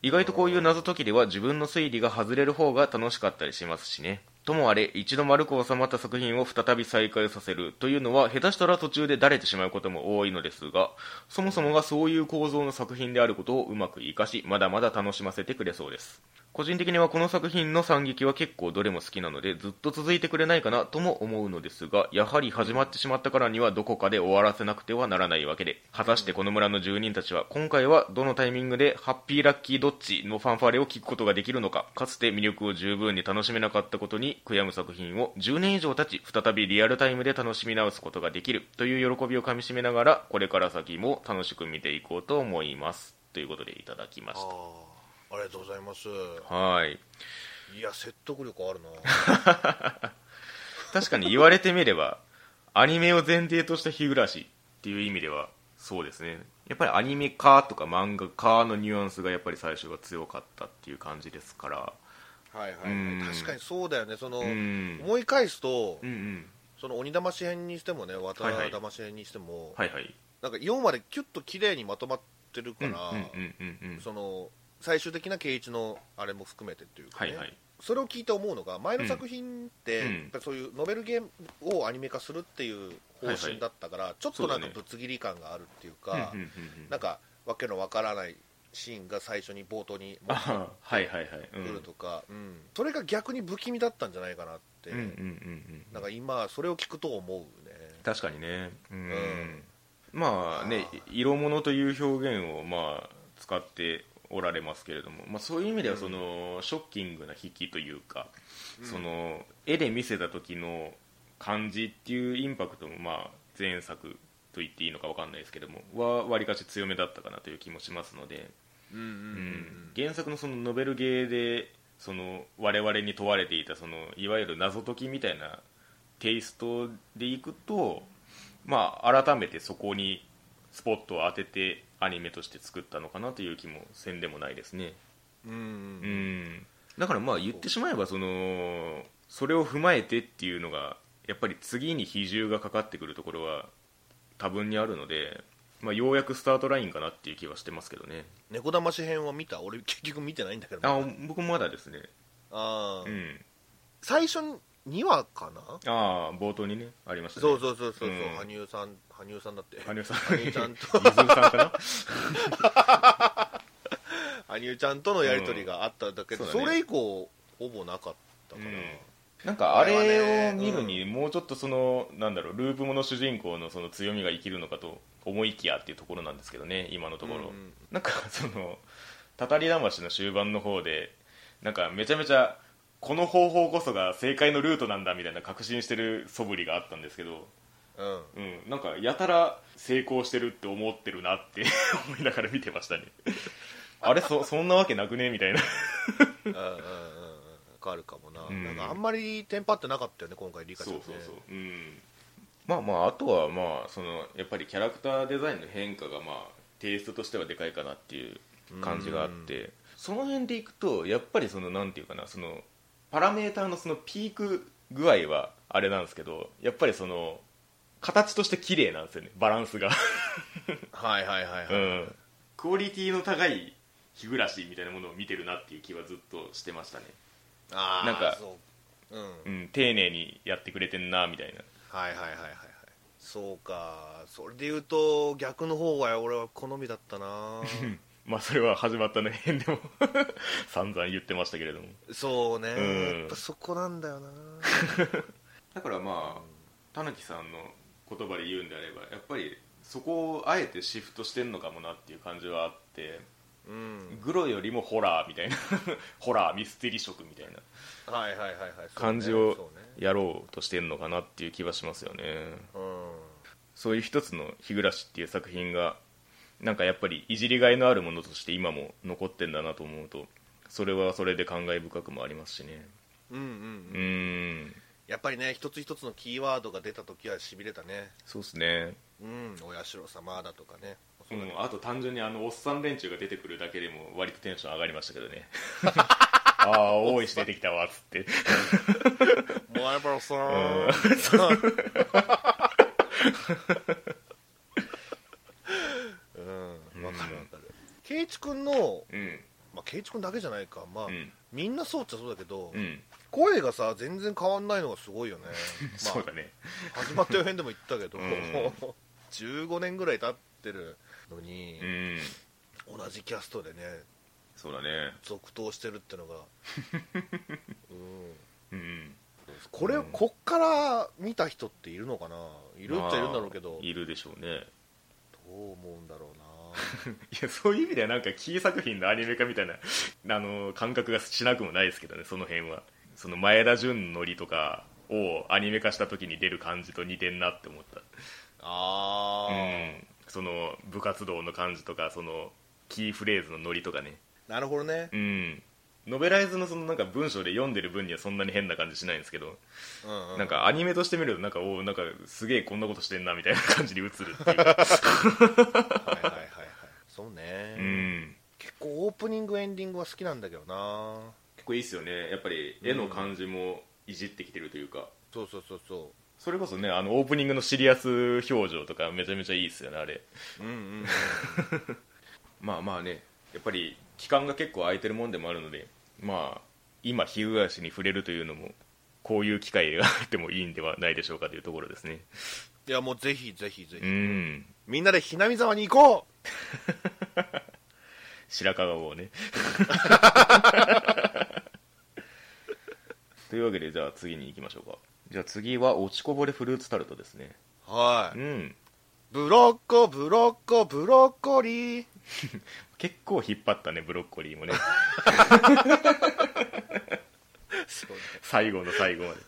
意外とこういう謎解きでは自分の推理が外れる方が楽しかったりしますしねともあれ一度丸く収まった作品を再び再開させるというのは下手したら途中でだれてしまうことも多いのですがそもそもがそういう構造の作品であることをうまく活かしまだまだ楽しませてくれそうです個人的にはこの作品の惨劇は結構どれも好きなのでずっと続いてくれないかなとも思うのですがやはり始まってしまったからにはどこかで終わらせなくてはならないわけで果たしてこの村の住人たちは今回はどのタイミングでハッピーラッキーどっちのファンファーレを聞くことができるのかかつて魅力を十分に楽しめなかったことに悔やむ作品を10年以上経ち再びリアルタイムで楽しみ直すことができるという喜びをかみしめながらこれから先も楽しく見ていこうと思いますということでいただきま
あ
し
あありがとうございます
たはい
いや説得力あるな
確かに言われてみればアニメを前提とした日暮らしっていう意味ではそうですねやっぱりアニメ化とか漫画化のニュアンスがやっぱり最初が強かったっていう感じですから
はいはい、
うん
確かにそうだよねその、
うん
思い返すと、
うんうん
その鬼騙し編にしてもね渡
はいはい
騙し編にしても、
はいはい
なんか4までキュッと綺麗にまとまってる
う
か
んうん
ら、
うんうんうん
その最終的な圭一のあれも含めてっていうか、
は
ね
いはい
それを聞いて思うのが前の作品って、
うん
やっぱりそういうノベルゲームをアニメ化するっていう方針だったから、ちょっとなんかぶつ切り感があるっていうか、
うんうんうん
なんかわけのわからないシーンが最初に冒頭に持って
あはいはいはいうん
くるとか、うんそれが逆に不気味だったんじゃないかなって、
うんうんうんう
なんんか今それを聞くと思うね
確かにねうん
ん
まあね色物という表現をまあ使っておられますけれども、まあ、そういう意味ではその、ショッキングな引きというか、その絵で見せた時の感じっていうインパクトもまあ前作と言っていいのかわかんないですけどもはわりかし強めだったかなという気もしますので、
うんうんうん
うん原作のそのノベルゲーでその我々に問われていたそのいわゆる謎解きみたいなテイストでいくと、まあ、改めてそこにスポットを当ててアニメとして作ったのかなという気もせんでもないですね。
うんうん
う、ん、だからまあ言ってしまえばそのそれを踏まえてっていうのがやっぱり次に比重がかかってくるところは多分にあるので、まあ、ようやくスタートラインかなっていう気はしてますけどね
猫だまし編は見た俺 結局見てないんだけど
あ僕もまだですね、
あー
うん、
最初に2話かな
ああ冒頭にねありましたね
そうそうそうそうそう、
うん
羽生さん羽生さんだって
羽生さん
羽生ちゃん と
水さんかな
羽生ちゃんとのやり取りがあっただけど、
うんそう
そ
だね
れ以降ほぼなかったから、
うんなんかあれを見るにもうちょっとその、なんだろうループもの主人公のその強みが生きるのかと思いきやっていうところなんですけどね今のところ、
うんうん
なんかその「たたり魂」の終盤の方でなんかめちゃめちゃこの方法こそが正解のルートなんだみたいな確信してる素振りがあったんですけど、
うん
うん、なんかやたら成功してるって思ってるなって 思いながら見てましたね あれそそんなわけなくねみたいな
うんうんうんうんわかるかもな,、
うん
なんかあんまりテンパってなかったよね今回理科ちゃん
そう
ね
そうそう、うん、まあまああとはまあそのやっぱりキャラクターデザインの変化がまあテイストとしてはでかいかなっていう感じがあってその辺でいくとやっぱりそのなんていうかなそのパラメーターのそのピーク具合はあれなんですけどやっぱりその形として綺麗なんですよねバランスが
はいはいはいはい、
うんクオリティの高い日暮らしみたいなものを見てるなっていう気はずっとしてましたね、
ああ
なんか
そう、うん、
うん、丁寧にやってくれてんなみたいな
はいはいはいはいはいそうかそれで言うと逆の方が俺は好みだったな
まあそれは始まったの辺でも 散々言ってましたけれども
そうね、
うん
やっぱそこなんだよな
だからまあたぬきさんの言葉で言うんであればやっぱりそこをあえてシフトしてんのかもなっていう感じはあって
うん
グロよりもホラーみたいな ホラーミステリー色みたいな
はいはいはいはいそうね
感じを
そうね
やろうとしてんのかなっていう気はしますよね
う
そういう一つの「日暮らし」っていう作品がなんかやっぱりいじりがいのあるものとして今も残ってんだなと思うとそれはそれで感慨深くもありますしね
んうん
う
うんうん
ーん
やっぱりね一つ一つのキーワードが出た時はしびれたね
そうですね
うんお社様だとかね
うん、あと単純にあのおっさん連中が出てくるだけでも割とテンション上がりましたけど ねああ大石出てきたわっつって
もうやっぱさ
うん
ーうんわかるわかる圭一君の
うん
まあ圭一君だけじゃないかまあ、
うん
みんなそうっちゃそうだけど、
うん
声がさ全然変わんないのがすごい よね
そうだね
まあ始まった予変でも言ったけど、
うん
15年ぐらい経ってるのに
う、ん
同じキャストでね
そうだね
続投してるってのが、 うん、
うん
これ、
うん
こっから見た人っているのかない
い
るっちゃいるんだろうけど、
いるでしょうね
どう思うんだろうない
やそういう意味ではなんかキー作品のアニメ化みたいなあの感覚がしなくもないですけどねその辺はその前田純のりとかをアニメ化した時に出る感じと似てんなって思った
あ
う
ー、
んその部活動の感じとかそのキーフレーズのノリとかね
なるほどね
うんノベライズのそのなんか文章で読んでる分にはそんなに変な感じしないんですけど、
うんうん
なんかアニメとして見るとなんかおうなんかすげえこんなことしてんなみたいな感じに映るっていう
はいはいはいはいそ
う
うね、
ん
結構オープニングエンディングは好きなんだけどな
結構いいっすよねやっぱり絵の感じもいじってきてるというか、
そうそうそうそ
それこそねあのオープニングのシリアス表情とかめちゃめちゃいいっすよねあれ
うう んうん
まあまあねやっぱり期間が結構空いてるもんでもあるのでまあ今日暮らしに触れるというのもこういう機会があってもいいんではないでしょうかというところですね
いやもうぜひぜひぜひ、
うん
みんなでひなみ沢に行こ
白川郷 ねというわけでじゃあ次に行きましょうかじゃあ次は落ちこぼれフルーツタルトですね
うは
う
い
ん
ブロッコブロッコブロッコリー
結構引っ張ったねブロッコリーもね
そうね
最後の最後まで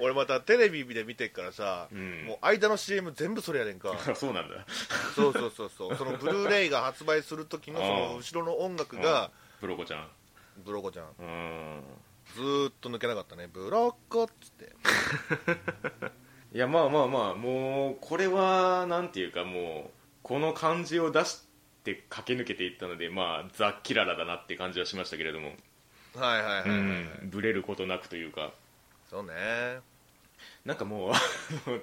俺またテレビで見てっからさ、
うん
もう間の CM 全部それやね んか
あそうなんだ
そうそうそうそうそのブルーレイが発売する時のそ
あー
の後ろの音楽が
ブロコちゃん
ブロコちゃん
うん
ずーっと抜けなかったねブロッコっつって
いやまあまあまあもうこれはなんていうかもうこの感じを出して駆け抜けていったのでまあザ・キララだなって感じはしましたけれども、
はいはいはいはい、はい
うんブレることなくというか
そうね
なんかもう あの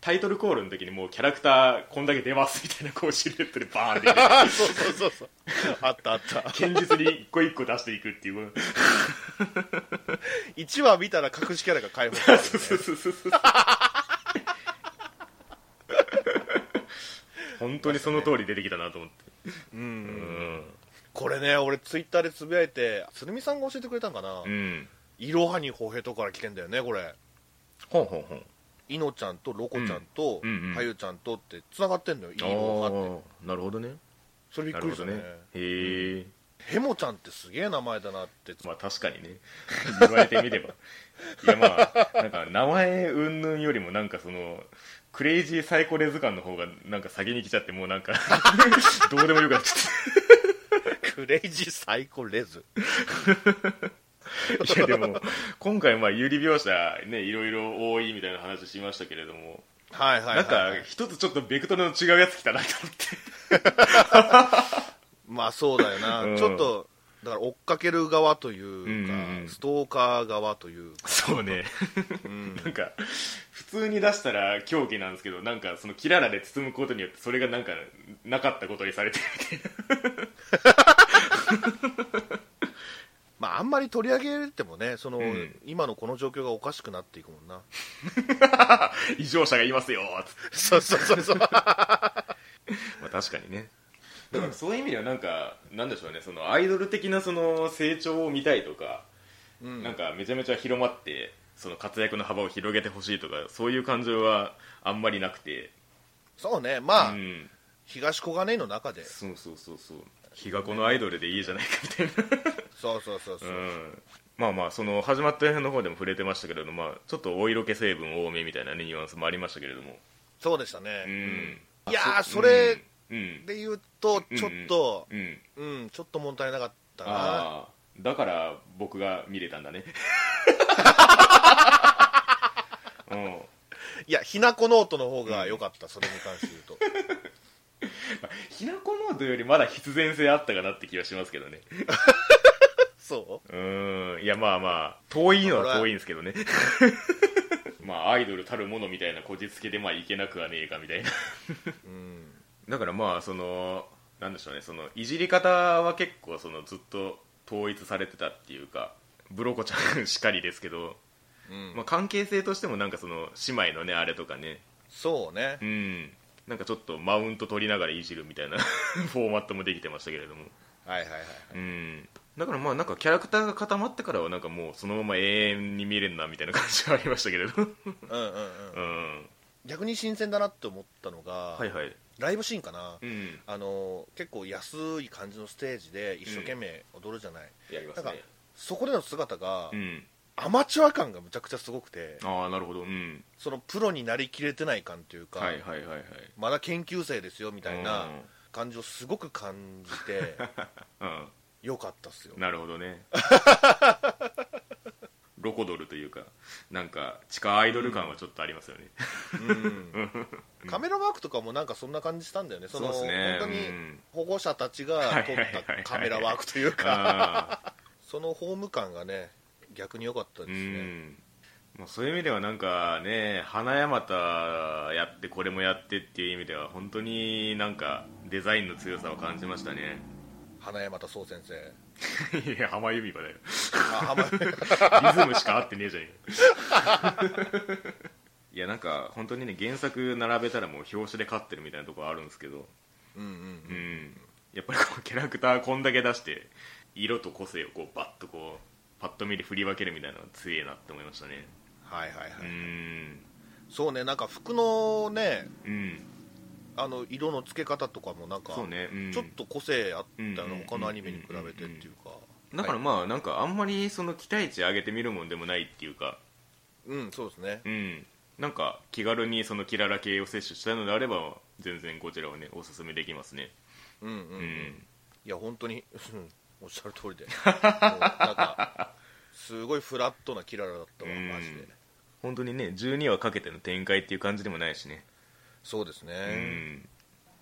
タイトルコールの時にもうキャラクターこんだけ出ますみたいなこうシルエットでバーンって出て
あそうそうそうそうあったあった
堅実に一個一個出していくって いう
1話見たら隠しキャラが解放されるね、
本当にその通り出てきたなと思って
うん
うん
これね俺ツイッターでつぶやいて鶴見さんが教えてくれたんかな
うん
「いろはにほへと」から来てんだよねこれ
ほんほんほん
いのちゃんとロコちゃんと
うんうんうん
はゆちゃんとってつながってんのよいろはって
ああなるほどね
それびっ
な
く
る
り
ほ
した
ど
ね
ねへえ
ヘモちゃんってすげえ名前だ なって
まあ確かにね言われてみれば いやまあなんか名前云々よりもなんかそのクレイジーサイコレ図鑑の方がなんか先に来ちゃってもうなんか どうでもよくなっち
クレイジーサイコレズ
ゃったいやでも今回まあ有利描写ねいろいろ多いみたいな話しましたけれども
はいはい
なん
は
か
い、はい、
一つちょっとベクトルの違うやつ来たなと思って
まあそうだよな、
うん
ちょっとだから追っかける側というか、
うんうん
ストーカー側というか、
そうね
うん
なんか普通に出したら狂気なんですけどなんかそのキララで包むことによってそれがなんかなかったことにされてるみたいな
まああんまり取り上げられてもねその、
ん
今のこの状況がおかしくなっていくも んな
異常者がいますよつって
そうそうそうそう
まあ確かにねだからそういう意味ではなんかなんでしょうねそのアイドル的なその成長を見たいとか、
うん
なんかめちゃめちゃ広まってその活躍の幅を広げてほしいとかそういう感情はあんまりなくて
そうねまあ、
うん
東小金井の中で
そうそうそうそう日がこのアイドルでいいじゃないかみたいな
そうそうそうそう、
うんまあまあその始まった辺の方でも触れてましたけれどまあちょっとお色気成分多めみたいなねニュアンスもありましたけれども
そうでした
う
ね、
ん
いやーそれ
うんうん
で言うとちょっと
うんうん
うん、ちょっと物足りなかったな
ああだから僕が見れたん だねうん
いやひなこノートの方が良かった、それに関して言うと
ひなこノートよりまだ必然性あったかなって気がしますけどね
そう
うんいやまあまあ遠いのは遠いんですけどね まあアイドルたるものみたいなこじつけでまあいけなくはねえかみたいな
うん
だからまあそのなんでしょうねそのいじり方は結構そのずっと統一されてたっていうかブロコちゃんしかりですけど、
うん
まあ、関係性としてもなんかその姉妹のねあれとかね
そうね
うんなんかちょっとマウント取りながらいじるみたいな フォーマットもできてましたけれども
はいはいはい
うんだからまあなんかキャラクターが固まってからはなんかもうそのまま永遠に見れるなみたいな感じがありました けれど
うんうんうん
うん
逆に新鮮だなって思ったのが、
はいはい
ライブシーンかな、
うん
あの結構安い感じのステージで一生懸命踊るじゃない、
やりま
なんかそこでの姿が、
うん
アマチュア感がむちゃくちゃすごくて
ああなるほどうん
そのプロになりきれてない感というか、
はいはいはいはい
まだ研究生ですよみたい
う
な
ん
感じをすごく感じて
うん
よかったっすよ
なるほどね ロコドルというかなんか地下アイドル感はちょっとありますよね、
うん、カメラワークとかもなんかそんな感じしたんだよねその
そうっすね
本当に
うん
保護者たちが撮っ
はいはいはいはい
たカメラワークというか
ああ
そのホーム感がね逆に良かったで
う
すね、
んまあ、そういう意味ではなんかね花山田やってこれもやってっていう意味では本当になんかデザインの強さを感じましたね
花山田総先生
いや浜由美子だよ
あ浜
リズムしか合ってねえじゃんよ いやなんか本当にね原作並べたらもう表紙で勝ってるみたいなところあるんですけど
うんうん
う、んやっぱりこうキャラクターこんだけ出して色と個性をこうバッとこうパッと見で振り分けるみたいなのが強えなって思いましたね
はいはいはい、
うん
そうねなんか服のね
うん
あの色の付け方とかもなんか
そうね、うん、
ちょっと個性あった
うんうんうんうん
の他のアニメに比べてっていうか
だから
はい
まあなんかあんまりその期待値上げてみるもんでもないっていうか
うんそうですね
うんなんか気軽にそのキララ系を摂取したいのであれば全然こちらはねおすすめできますね
うんうん、う、
うん
い
ん
や本当にうんおっしゃる 通りでもうなんかすごいフラットなキララだったわ
うん
マジで
本当にね12話かけての展開っていう感じでもないしね
そうですね
う、ん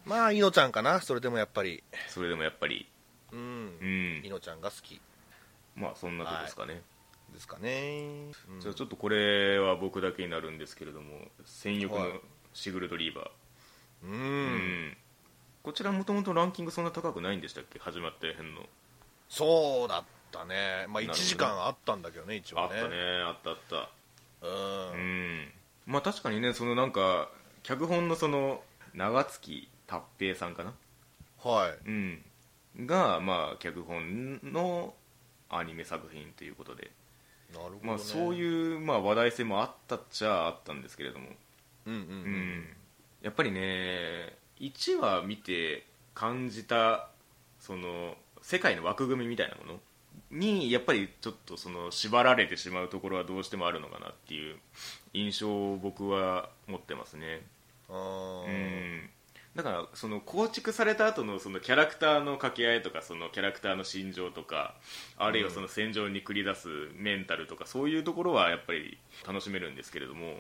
まあいのちゃんかなそれでもやっぱり
それでもやっぱり
う
うんん
いのちゃんが好き
まあそんなとこですかね、
ですかね、うん
じゃあちょっとこれは僕だけになるんですけれども戦欲の
はい
シグルドリーバー、
うん、
うんこちらもともとランキングそんな高くないんでしたっけ始まった辺の
そうだったねまあ
るほどね
1時間あったんだけどね一応ね
あったねあったあった
う
うんんまあ確かにねそのなんか脚本のその長月達平さんかな
はい
うんがまあ脚本のアニメ作品ということで、
なるほど、ね、
まあそう
う
いうまあ話題性もあったっちゃあったんですけれども
うんうん
う
うんん、
やっぱりね1話見て感じたその世界の枠組みみたいなものにやっぱりちょっとその縛られてしまうところはどうしてもあるのかなっていう印象を僕は持ってますね、
あ
う
ー
ん、だからその構築された後のそのキャラクターの掛け合いとかそのキャラクターの心情とかあるいはその戦場に繰り出すメンタルとかそういうところはやっぱり楽しめるんですけれども、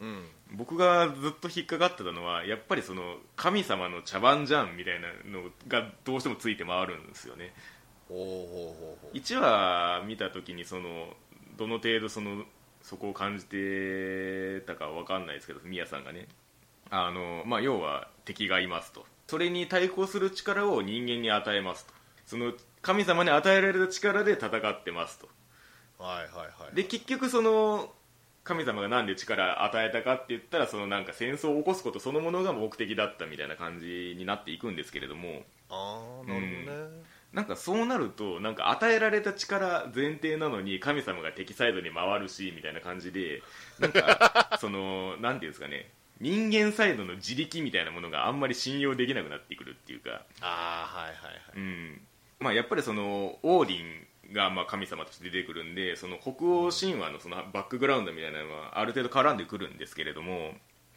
うん
僕がずっと引っかかってたのはやっぱりその神様の茶番じゃんみたいなのがどうしてもついて回るんですよね
ほうほうほうほう
1話見た時にそのどの程度そのそこを感じてたかわかんないですけどミヤさんがねあの、まあ、要は敵がいますとそれに対抗する力を人間に与えますとその神様に与えられた力で戦ってますと
はいはいはい
で結局その神様がなんで力与えたかって言ったらそのなんか戦争を起こすことそのものが目的だったみたいな感じになっていくんですけれども
ああなるほどね、
なんかそうなるとなんか与えられた力前提なのに神様が敵サイドに回るしみたいな感じでなんかそのなんていうんですかね人間サイドの自力みたいなものがあんまり信用できなくなってくるっていうか
ああはいはいはい
うんまあ、やっぱりそのオーディンがまあ神様として出てくるんでその北欧神話のそのバックグラウンドみたいなのはある程度絡んでくるんですけれども、う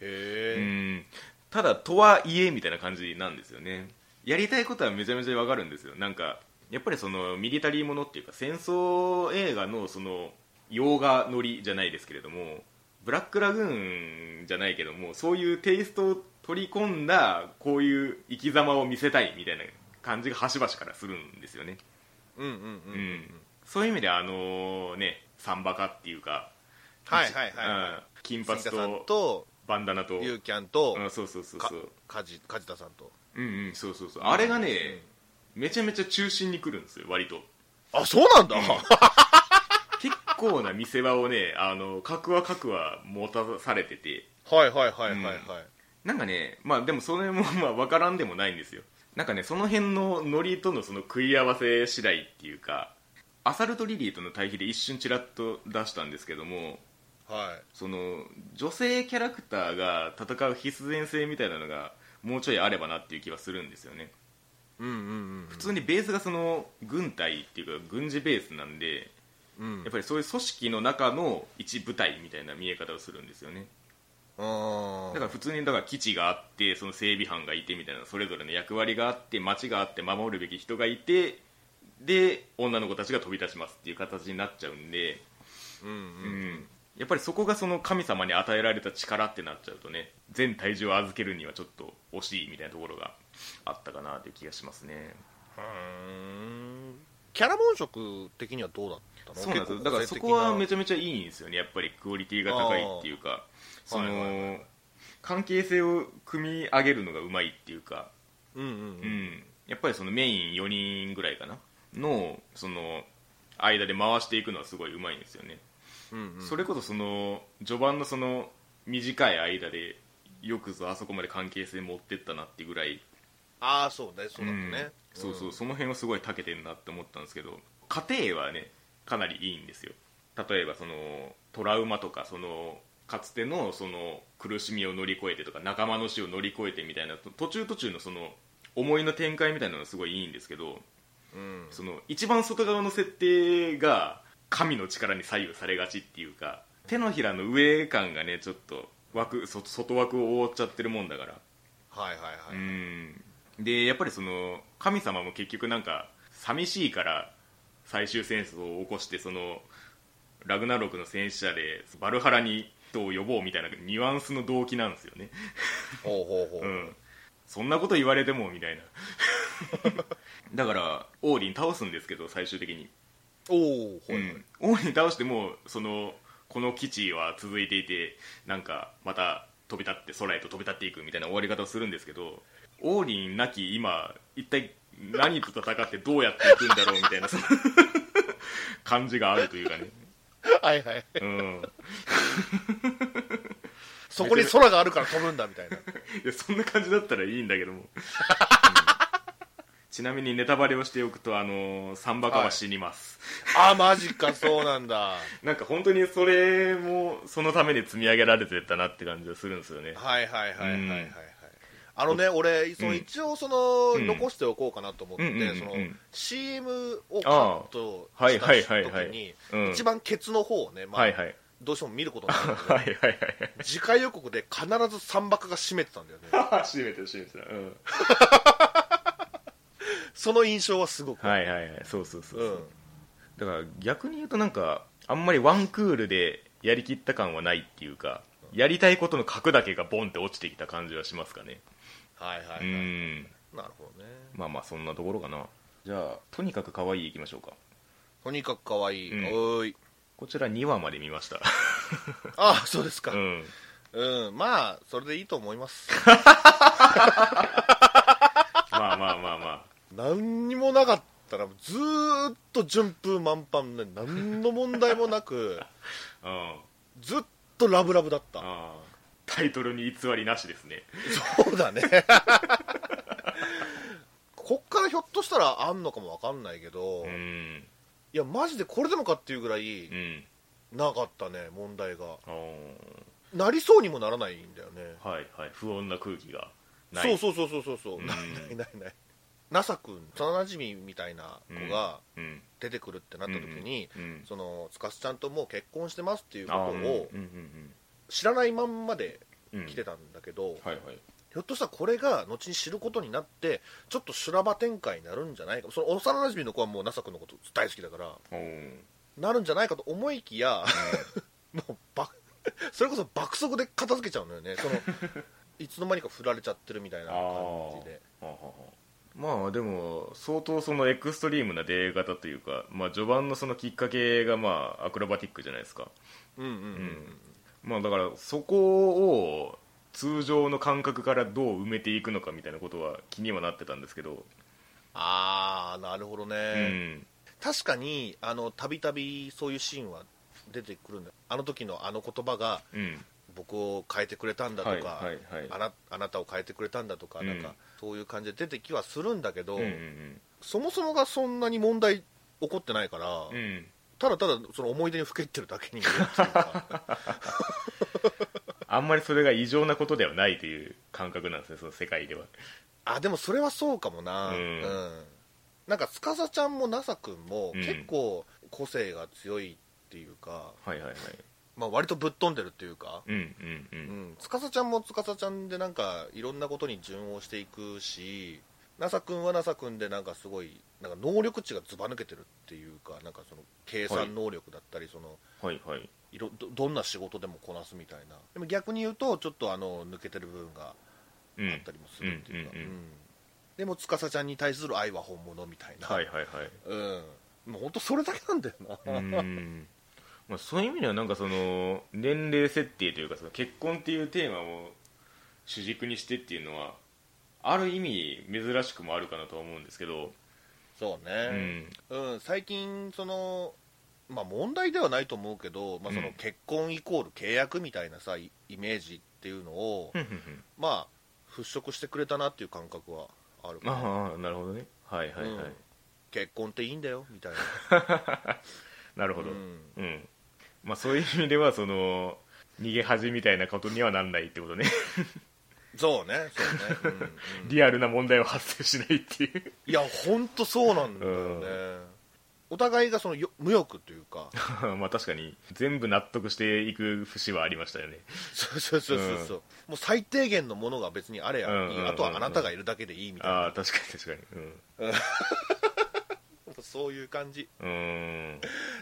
へえ、
ん、ただとはいえみたいな感じなんですよねやりたいことはめちゃめちゃわかるんですよなんかやっぱりそのミリタリーものっていうか戦争映画のその洋画ノリじゃないですけれどもブラックラグーンじゃないけどもそういうテイストを取り込んだこういう生き様を見せたいみたいな感じが端々からするんですよね
うん、うんうんうん、
うんそういう意味であのねサンバカっていうか
はいはいはい、
うん金
杉
髪
田さん
と
と
バンダナと
ゆうきゃんと
うんそうそうそう
か
そう
梶梶田さんと
うんうんそうそうそうあれがね、めちゃめちゃ中心に来るんですよ割と
あそうなんだ、
結構な見せ場をね あの各話各話持たされてて
はいはいはいはいはい、
なんかねまあでもそれも まあ分からんでもないんですよなんかねその辺のノリとのその食い合わせ次第っていうかアサルトリリーとの対比で一瞬ちらっと出したんですけども
はい
その女性キャラクターが戦う必然性みたいなのがもうちょいあればなっていう気はするんですよね
うんうん
普通にベースがその軍隊っていうか軍事ベースなんで
うんうん
やっぱりそういう組織の中の一部隊みたいな見え方をするんですよね
あ
だ
ー
から普通にだから基地があってその整備班がいてみたいなそれぞれの役割があって町があって守るべき人がいてで女の子たちが飛び出しますっていう形になっちゃうんで
うん
うんやっぱりそこがその神様に与えられた力ってなっちゃうとね全体重を預けるにはちょっと惜しいみたいなところがあったかなという気がしますね
うんキャラモン色的にはどうだったの
そうなんですよ
結構
だからそこはめ
個性的
ちゃめちゃいいんですよねやっぱりクオリティが高いっていうかその、
はいはいはい
関係性を組み上げるのがうまいっていうか
なうんうんう
うんん、やっぱりそのメイン4人ぐらいかなのその間で回していくのはすごいうまいんですよね、
うんうん
それこそその序盤のその短い間でよくぞあそこまで関係性持ってったなっていうぐらい
ああそうねそうだったね、
うんそうそううその辺はすごい長けてんなって思ったんですけど家庭はねかなりいいんですよ例えばそのトラウマとかそのかつてのその苦しみを乗り越えてとか仲間の死を乗り越えてみたいなと途中途中のその思いの展開みたいなのがすごいいいんですけど
うん
その一番外側の設定が神の力に左右されがちっていうか手のひらの上感がねちょっと枠そ外枠を覆っちゃってるもんだから
はいはいはい、
うんでやっぱりその神様も結局なんか寂しいから最終戦争を起こしてそのラグナロクの戦死者でバルハラに人を呼ぼうみたいなニュアンスの動機なんですよね
ほうほうほう、
うん、そんなこと言われてもみたいな だからオーリン倒すんですけど最終的に、
おおほいほい、
うんオーリン倒してもそのこの基地は続いていてなんかまた飛び立って空へと飛び立っていくみたいな終わり方をするんですけどオーリンなき今一体何と戦ってどうやっていくんだろうみたいなその感じがあるというかね、
はいはい
うん、
そこに空があるから飛ぶんだみたいない
やそんな感じだったらいいんだけども、うんちなみにネタバレをしておくとあのーサンバカは死にます、
あーマジかそうなん だ
なんか本当にそれもそのために積み上げられてったなって感じがするんですよね
はいはいはいはいはいはい、
うん
あのね俺その
うん
一応その、
うん
残しておこうかなと思って、
うんうんうんうん
その CM をカット
あーは
し
い
た
はいはいはい
時に
うん
一番ケツの方をね、まあ
はいはい
どうしても見ることになるんだけど
はいはいはい
次回予告で必ず三幕が締めてたんだよね
はい閉めてる閉めてる、うん、
その印象はすごく、
はいはいはいそうそうそう
う
そ
ん
う、だから逆に言うとなんかあんまりワンクールでやりきった感はないっていうかやりたいことの核だけがボンって落ちてきた感じはしますかね
はいはいはい、
うん
なるほどね
まあまあそんなところかなじゃあとにかく可愛いいきましょうか
とにかく可愛い、
うん
おーい
こちら2話まで見ま した
ああそうですか、
うん
うん、まあそれでいいと思います
まあまあまあま
何にもなかったらずーっと順風満帆で何の問題も なく
あうん
ずっとラブラブだった
あータイトルに偽りなしですね
そうだね こっからひょっとしたらあんのかもわかんないけど、
う
い
ん
やマジでこれでもかっていうぐらい
うん
なかったね問題が
あー
なりそうにもならないんだよね
はいはい不穏な空気がない
そうそうそうそうそうそう
うん
ないないないない NASA 君幼馴染みたいな子が
う、ん、
出てくるってなった時に、
うん、
そのつかすちゃんともう結婚してますっていうこ
あ
と
ー
を
うんうん
知らないまんまで
うんうん
来てたんだけど、ひ
はいはい
ょっとしたらこれが後に知ることになってちょっと修羅場展開になるんじゃないかその幼なじみの子はもう NASA 君のこと大好きだから
おー
なるんじゃないかと思いきや もうば それこそ爆速で片付けちゃうのよね そのいつの間にか振られちゃってるみたいな感じで
はははまあでも相当そのエクストリームな出会い方というか、まあ、序盤のそのきっかけがまあアクロバティックじゃないですか
うんうんうんうん、
まあだからそこを通常の感覚からどう埋めていくのかみたいなことは気にはなってたんですけど、
ああなるほどね、
うん
確かにあのたびたびそういうシーンは出てくるんだあの時のあの言葉が
うん
僕を変えてくれたんだとか、
はいはい
あ
はい
なあなたを変えてくれたんだとか,、
うん
なんかそういう感じで出てきはするんだけど、
うんうん
そもそもがそんなに問題起こってないから、
うんうん
ただただその思い出にふけってるだけに見えるっていう か
あんまりそれが異常なことではないという感覚なんですねその世界では
あでもそれはそうかもな、
うん
なんか司ちゃんも NASA 君も
うん
結構個性が強いっていうか、
はいはいはい
まあ、割とぶっ飛んでるっていうか、
うんうんう
うんん、司ちゃんも司ちゃんでなんかいろんなことに順応していくし NASA 君は NASA 君でなんかすごいなんか能力値がずば抜けてるっていうかなんかその計算能力だったり、その
はいはい
いろどどんな仕事でもこなすみたいなでも逆に言うとちょっとあの抜けてる部分が
うん
あったりもするっていうか、
うんうんうん
うんでも司ちゃんに対する愛は本物みたいな、
はいはいはい
うん、もう本当それだけなんだよ
う
な、
ーんまあ、そういう意味ではなんかその年齢設定というかその結婚っていうテーマを主軸にしてっていうのはある意味珍しくもあるかなとは思うんですけど、
そう
うん、
ね、うん最近その、まあ、問題ではないと思うけど、まあ、そうの
ん
結婚イコール契約みたいなさイイメージっていうのを、まあ払拭してくれたなっていう感覚はあるかな
ああなるほどねはいはいはい、
うん結婚っていいんだよ みたいな
なるほど、
う
うん
ん
まあ、そういう意味ではその逃げ恥みたいなことにはなんないってことね
そうねそうね、うんうん
リアルな問題は発生しないっていう
いや本当そうなんだよね、お互いがそのよ無欲とい うか
まあ確かに全部納得していく節はありましたよね
そうそうそうそうそう、もう最低限のものが別にあれや、
うんうんうんうん
あとはあなたがいるだけでいいみたいな、
ああ確かに確かに
そういう感じ
うんうーん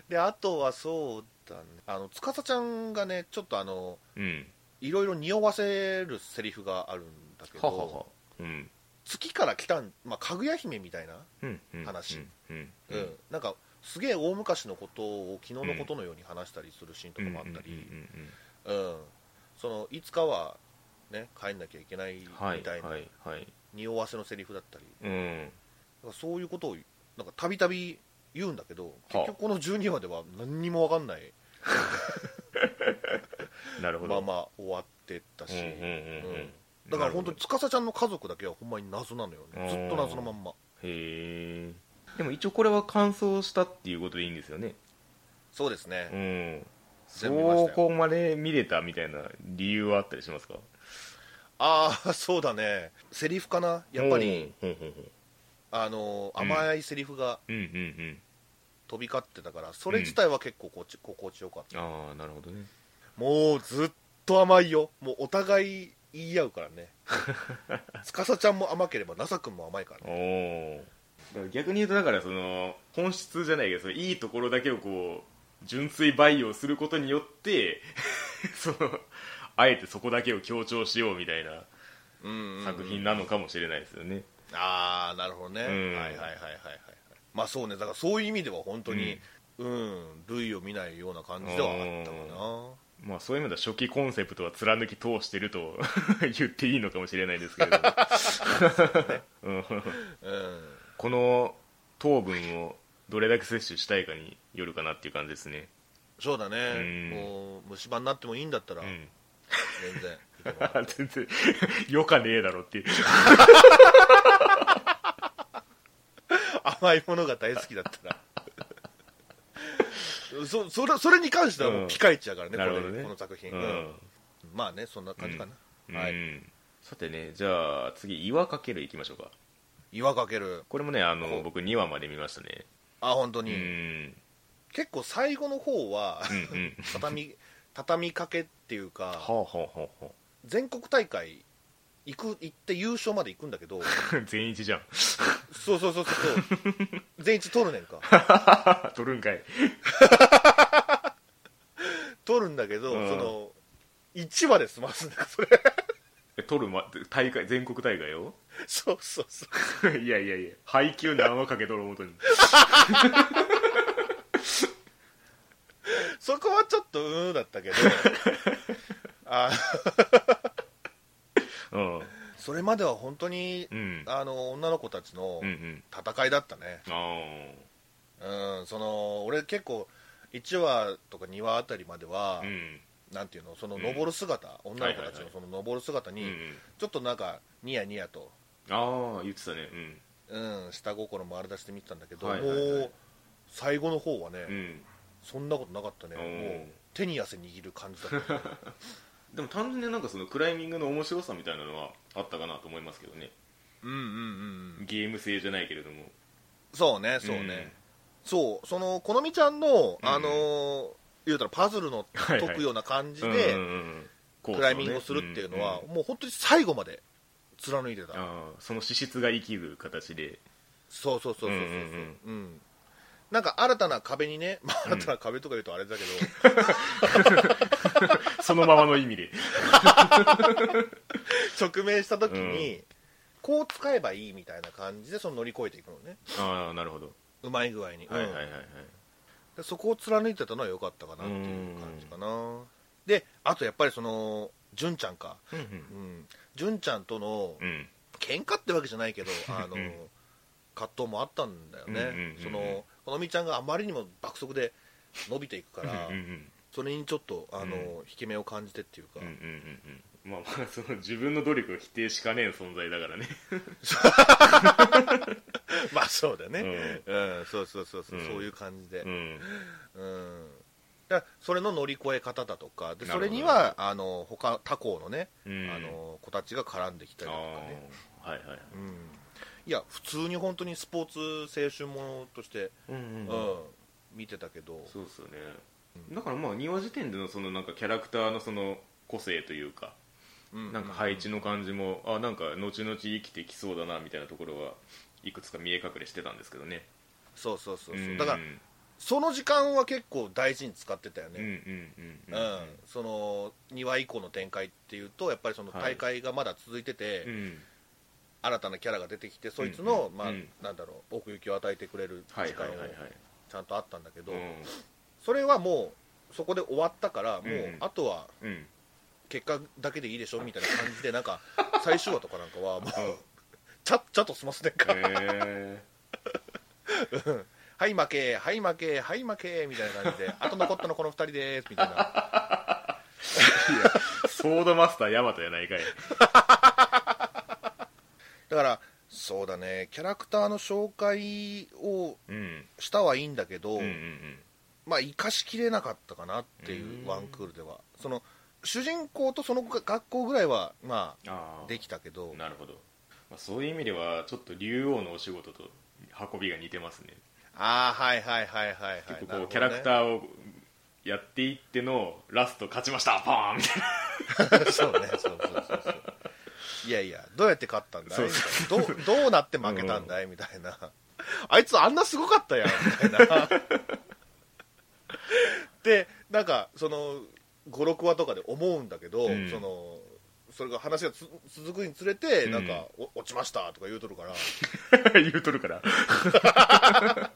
であとはそうだねあの司ちゃんがねちょっとあの
うん
いろいろ匂わせるセリフがあるんだけど
はははうん
月から来たん、まあ、かぐや姫みたいな、
うんうん
話
うん
うんなんかすげえ大昔のことを昨日のことのように話したりするシーンとかもあったり、
うんうん
うん、そのいつかは、ね、帰んなきゃいけないみ
は
た
い
いな、
はいはい
匂わせのセリフだったり、
うん
なんかそういうことをなんかたびたび言うんだけど、
はあ
結局この12話では何にも分かんない
なるほど
まま終わってったし、
うんうんうんうん
うんだから本当、
なる
司ちゃんの家族だけはほんまに謎なのよね、ずっと謎のまんま。
ほどへえでも一応これは完走したっていうことでいいんですよね
そうですね、
うんそ
全部見ましたよ
こまで見れたみたいな理由はあったりしますか
ああ、 そうだね、セリフかな、やっぱり、
うんうんうん
あのー
うん
甘いセリフが
うんうんうん
飛び交ってたから、それ自体は結構こっち心地よかった。
ああなるほどね
もうずっと甘いよもうお互い言い合うから ね司ちゃんも甘ければ NASA 君も甘いからね
おお逆に言うとだからその本質じゃないけどそのいいところだけをこう純粋培養することによって そのあえてそこだけを強調しようみたいな作品なのかもしれないですよね、
ああなるほどね、
うん
はいはいはいはいはいまあそうねだからそういう意味では本当にうん、類を見ないような感じではあったかな
まあ、そういう意味では初期コンセプトは貫き通してると 言っていいのかもしれないですけれどもうん
うん
この糖分をどれだけ摂取したいかによるかなっていう感じですね、
そうだね、
うん
もう虫歯になってもいいんだったら
う
全
ん、
然、
全然よかねえだろっていう
甘いものが大好きだったら そそれそれに関してはもうピカイチやからね,、
なるほ
こ
ど
れ
ね
この作品、
うん
うんまあねそんな感じかな、は
う
い、
んさてねじゃあ次岩かけるいきましょうか
岩かける
これもねあ
ほ
の
う
僕2話まで見ましたね
あ本当
う
に、
ん
結構最後の方は
うんうん
畳畳みかけっていう
は
か
あはあはあは
全国大会行く行って優勝まで行くんだけど
あ 全一じゃん
そうそうそうそう全一取るねんか
取るんかい
取るんだけど、
うん
その1話で済ますんだよそれ
え取る、ま、大会全国大会よ
そうそうそう
いやいやいや配給何話かけ取るごとに
そこはちょっとうーんだった けどあ
うん
それまでは本当に、
うん
あの女の子たちの
うんうん
戦いだったね、
あー
うん、その俺結構1話とか2話あたりまでは、
うん
なんていうのその
うん
登る姿、女の子たち
はいはいは
の
い
その登る姿
うん
に、
うん
ちょっとなんかニヤニヤと、
ああ言ってたね
うん、下心も丸出して見てたんだけど、
はいはいはい
もう最後の方はね、
うんうん
そんなことなかったね
おー
もう手に汗握る感じだ った
でも単純になんかそのクライミングの面白さみたいなのはあったかなと思いますけどね
うんうんうん
ゲーム性じゃないけれども
そうねそうね、そうその好みちゃんの、
うん
あのー言うたらパズルの
はいはい
解くような感じで、
うんうんうん
クライミングをするっていうのは、もう本当に最後まで貫いてた
あーその資質が生きる形で
そうそうそうそうそうそう
うんうん
うんなんか新たな壁にね、ま あ、新たな壁とか言うとあれだけど、
そのままの意味で
直面した時に、こう使えばいいみたいな感じでその乗り越えていくのね
ああなるほど
うまい具合に、
はいはいはいはい
うんでそこを貫いてたのは良かったかなっていう感じかなであとやっぱりその純ちゃんか、
うん
うん、純ちゃんとの
うんうん
喧嘩ってわけじゃない けどあの
うん
葛藤もあったんだよ
うんうんうん
ね
うん
そのこのみちゃんがあまりにも爆速で伸びていくから
うんうん
それにちょっとあの、
うん
引け目を感じてっていうか、
うんうんうんうんまあまあ その自分の努力を否定しかねえ存在だからね
まあそうだよ
う
ね、
ん
うんそうそうそうそう、
うん
そう いう感じで
うん
うんだからそれの乗り越え方だとかで
な
そ
るほど
れにはあの他他校のね、
うん
あの子たちが絡んできたりとかね、
あーはいはいはい
うん、いや普通に本当にスポーツ青春ものとして、
うん
うん見てたけど
そうっすよね
うん
だからまあ2話時点でのそのなんかキャラクターのその個性というかなんか配置の感じもあなんか後々生きてきそうだなみたいなところはいくつか見え隠れしてたんですけどね
そうそうそうそう、
うん
だからその時間は結構大事に使ってたよ
うんう
ね、
んうん
うんその2話以降の展開っていうとやっぱりその
はい
大会がまだ続いてて、
うん
新たなキャラが出てきてそいつの、
うん
まあ
うん
なんだろう奥行きを与えてくれる
はい
時
は
間
い
を
はいはい
ちゃんとあったんだけど、
う
それはもうそこで終わったからもう、
うん
あとは
んうん
結果だけでいいでしょみたいな感じでな んか最終話とかなんかはもう
あへ
ちゃっちゃと済ませてんから、
え
はい負けはい負けはい負けみたいな感じで あと残ったのこの2人ですみたいな
ソードマスターヤマトやないかい
だからそうだねキャラクターの紹介を
うん
したはいいんだけど、
うんうんうん
まあ生かしきれなかったかなっていううんワンクールではその主人公とその学校ぐらいはま
あ
あ
あ
できたけど
なるほど、まあ、そういう意味ではちょっと竜王のお仕事と運びが似てますね
ああはいはいはいはいはい
結構こ
なる
う、
ほどね
キャラクターをやっていってのラスト勝ちましたパーンみたいな
そうね、そうそうそうそう。いやいや、どうやって勝ったんだい
そう
みたいなどうどうなって負けたんだいみたいな。あいつあんなすごかったやん、みたいな。で、なんか、その、5、6話とかで思うんだけど、
うん
その、それが話がつ続くにつれて、
うん
なんか、お落ちましたとか言うとるから、
言うとるから
あ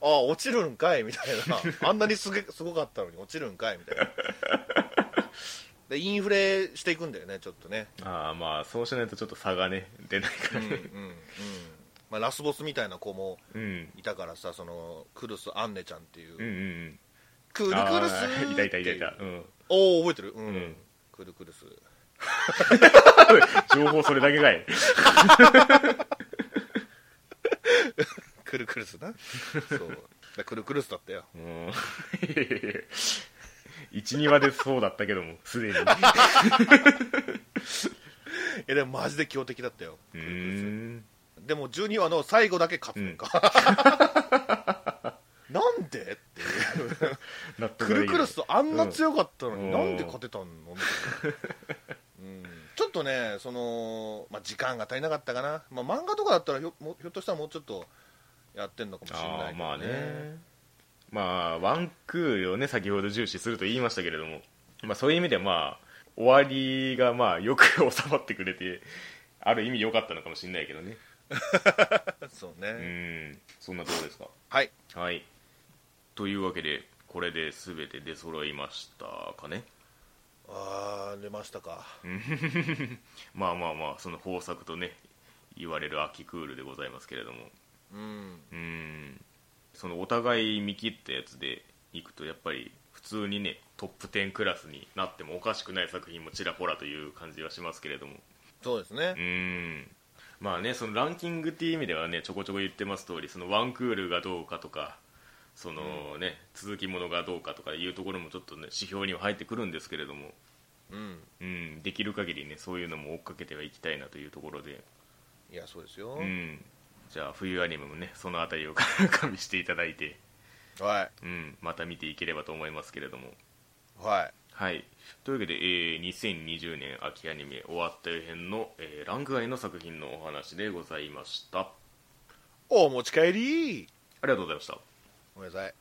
あ、落ちるんかいみたいな。あんなにすげすごかったのに落ちるんかいみたいな。で、インフレしていくんだよね、ちょっとね。
ああまあそうしないとちょっと差がね出ないから
うんうんうんまあ、ラスボスみたいな子も
うん、うん、
いたからさそのクルス・アンネちゃんっていう、
うんうん
クルク
ああ
ルスってう
いたいたいたいた、うん、
おお覚えてるうん、
うん
クルクルス
情報それだけかい
クルクルスなそうだクルクルスだ ったよ
うんいやいやいや12話でそうだったけどもすでに
いやでもマジで強敵だったよ
うーん
でも12話の最後だけ勝つのか、 なんでっていう
納得
ク
がで
ル
き
ク
ない
ルスあんな強かったのに、
うん
なんで勝てたのみたいな、うん、ちょっとねその、まあ、時間が足りなかったかな、まあ、漫画とかだったらひょもひょっとしたらもうちょっとやってんのかもしれない
あ
けど、
あ
ね、
まあねまあワンクールをね先ほど重視すると言いましたけれども、まあ、そういう意味ではまあ終わりがまあよく収まってくれてある意味良かったのかもしれないけどね
そうね、
うんそんなところですか
はい
はいというわけでこれで全て出揃いましたかね
ああ出ましたか
まあまあまあその豊作とね言われる秋クールでございますけれども
うん
うんそのお互い見切ったやつでいくとやっぱり普通にねトップ10クラスになってもおかしくない作品もちらほらという感じはしますけれども
そうですね
うんまあねそのランキングっていう意味ではねちょこちょこ言ってます通りそのワンクールがどうかとかそのね、続きものがどうかとかいうところもちょっとね指標には入ってくるんですけれども、
うん
うん、できる限りねそういうのも追っかけてはいきたいなというところで、
いやそうですよ、
うん、じゃあ冬アニメもねその辺りを 加味していただいて
はい
うん、また見ていければと思いますけれども、
はい
はいというわけで、えー2020年秋アニメ終わったよ編の、えーランク外の作品のお話でございましたあ
お持ち帰り
りがとうございました
ごめんなさい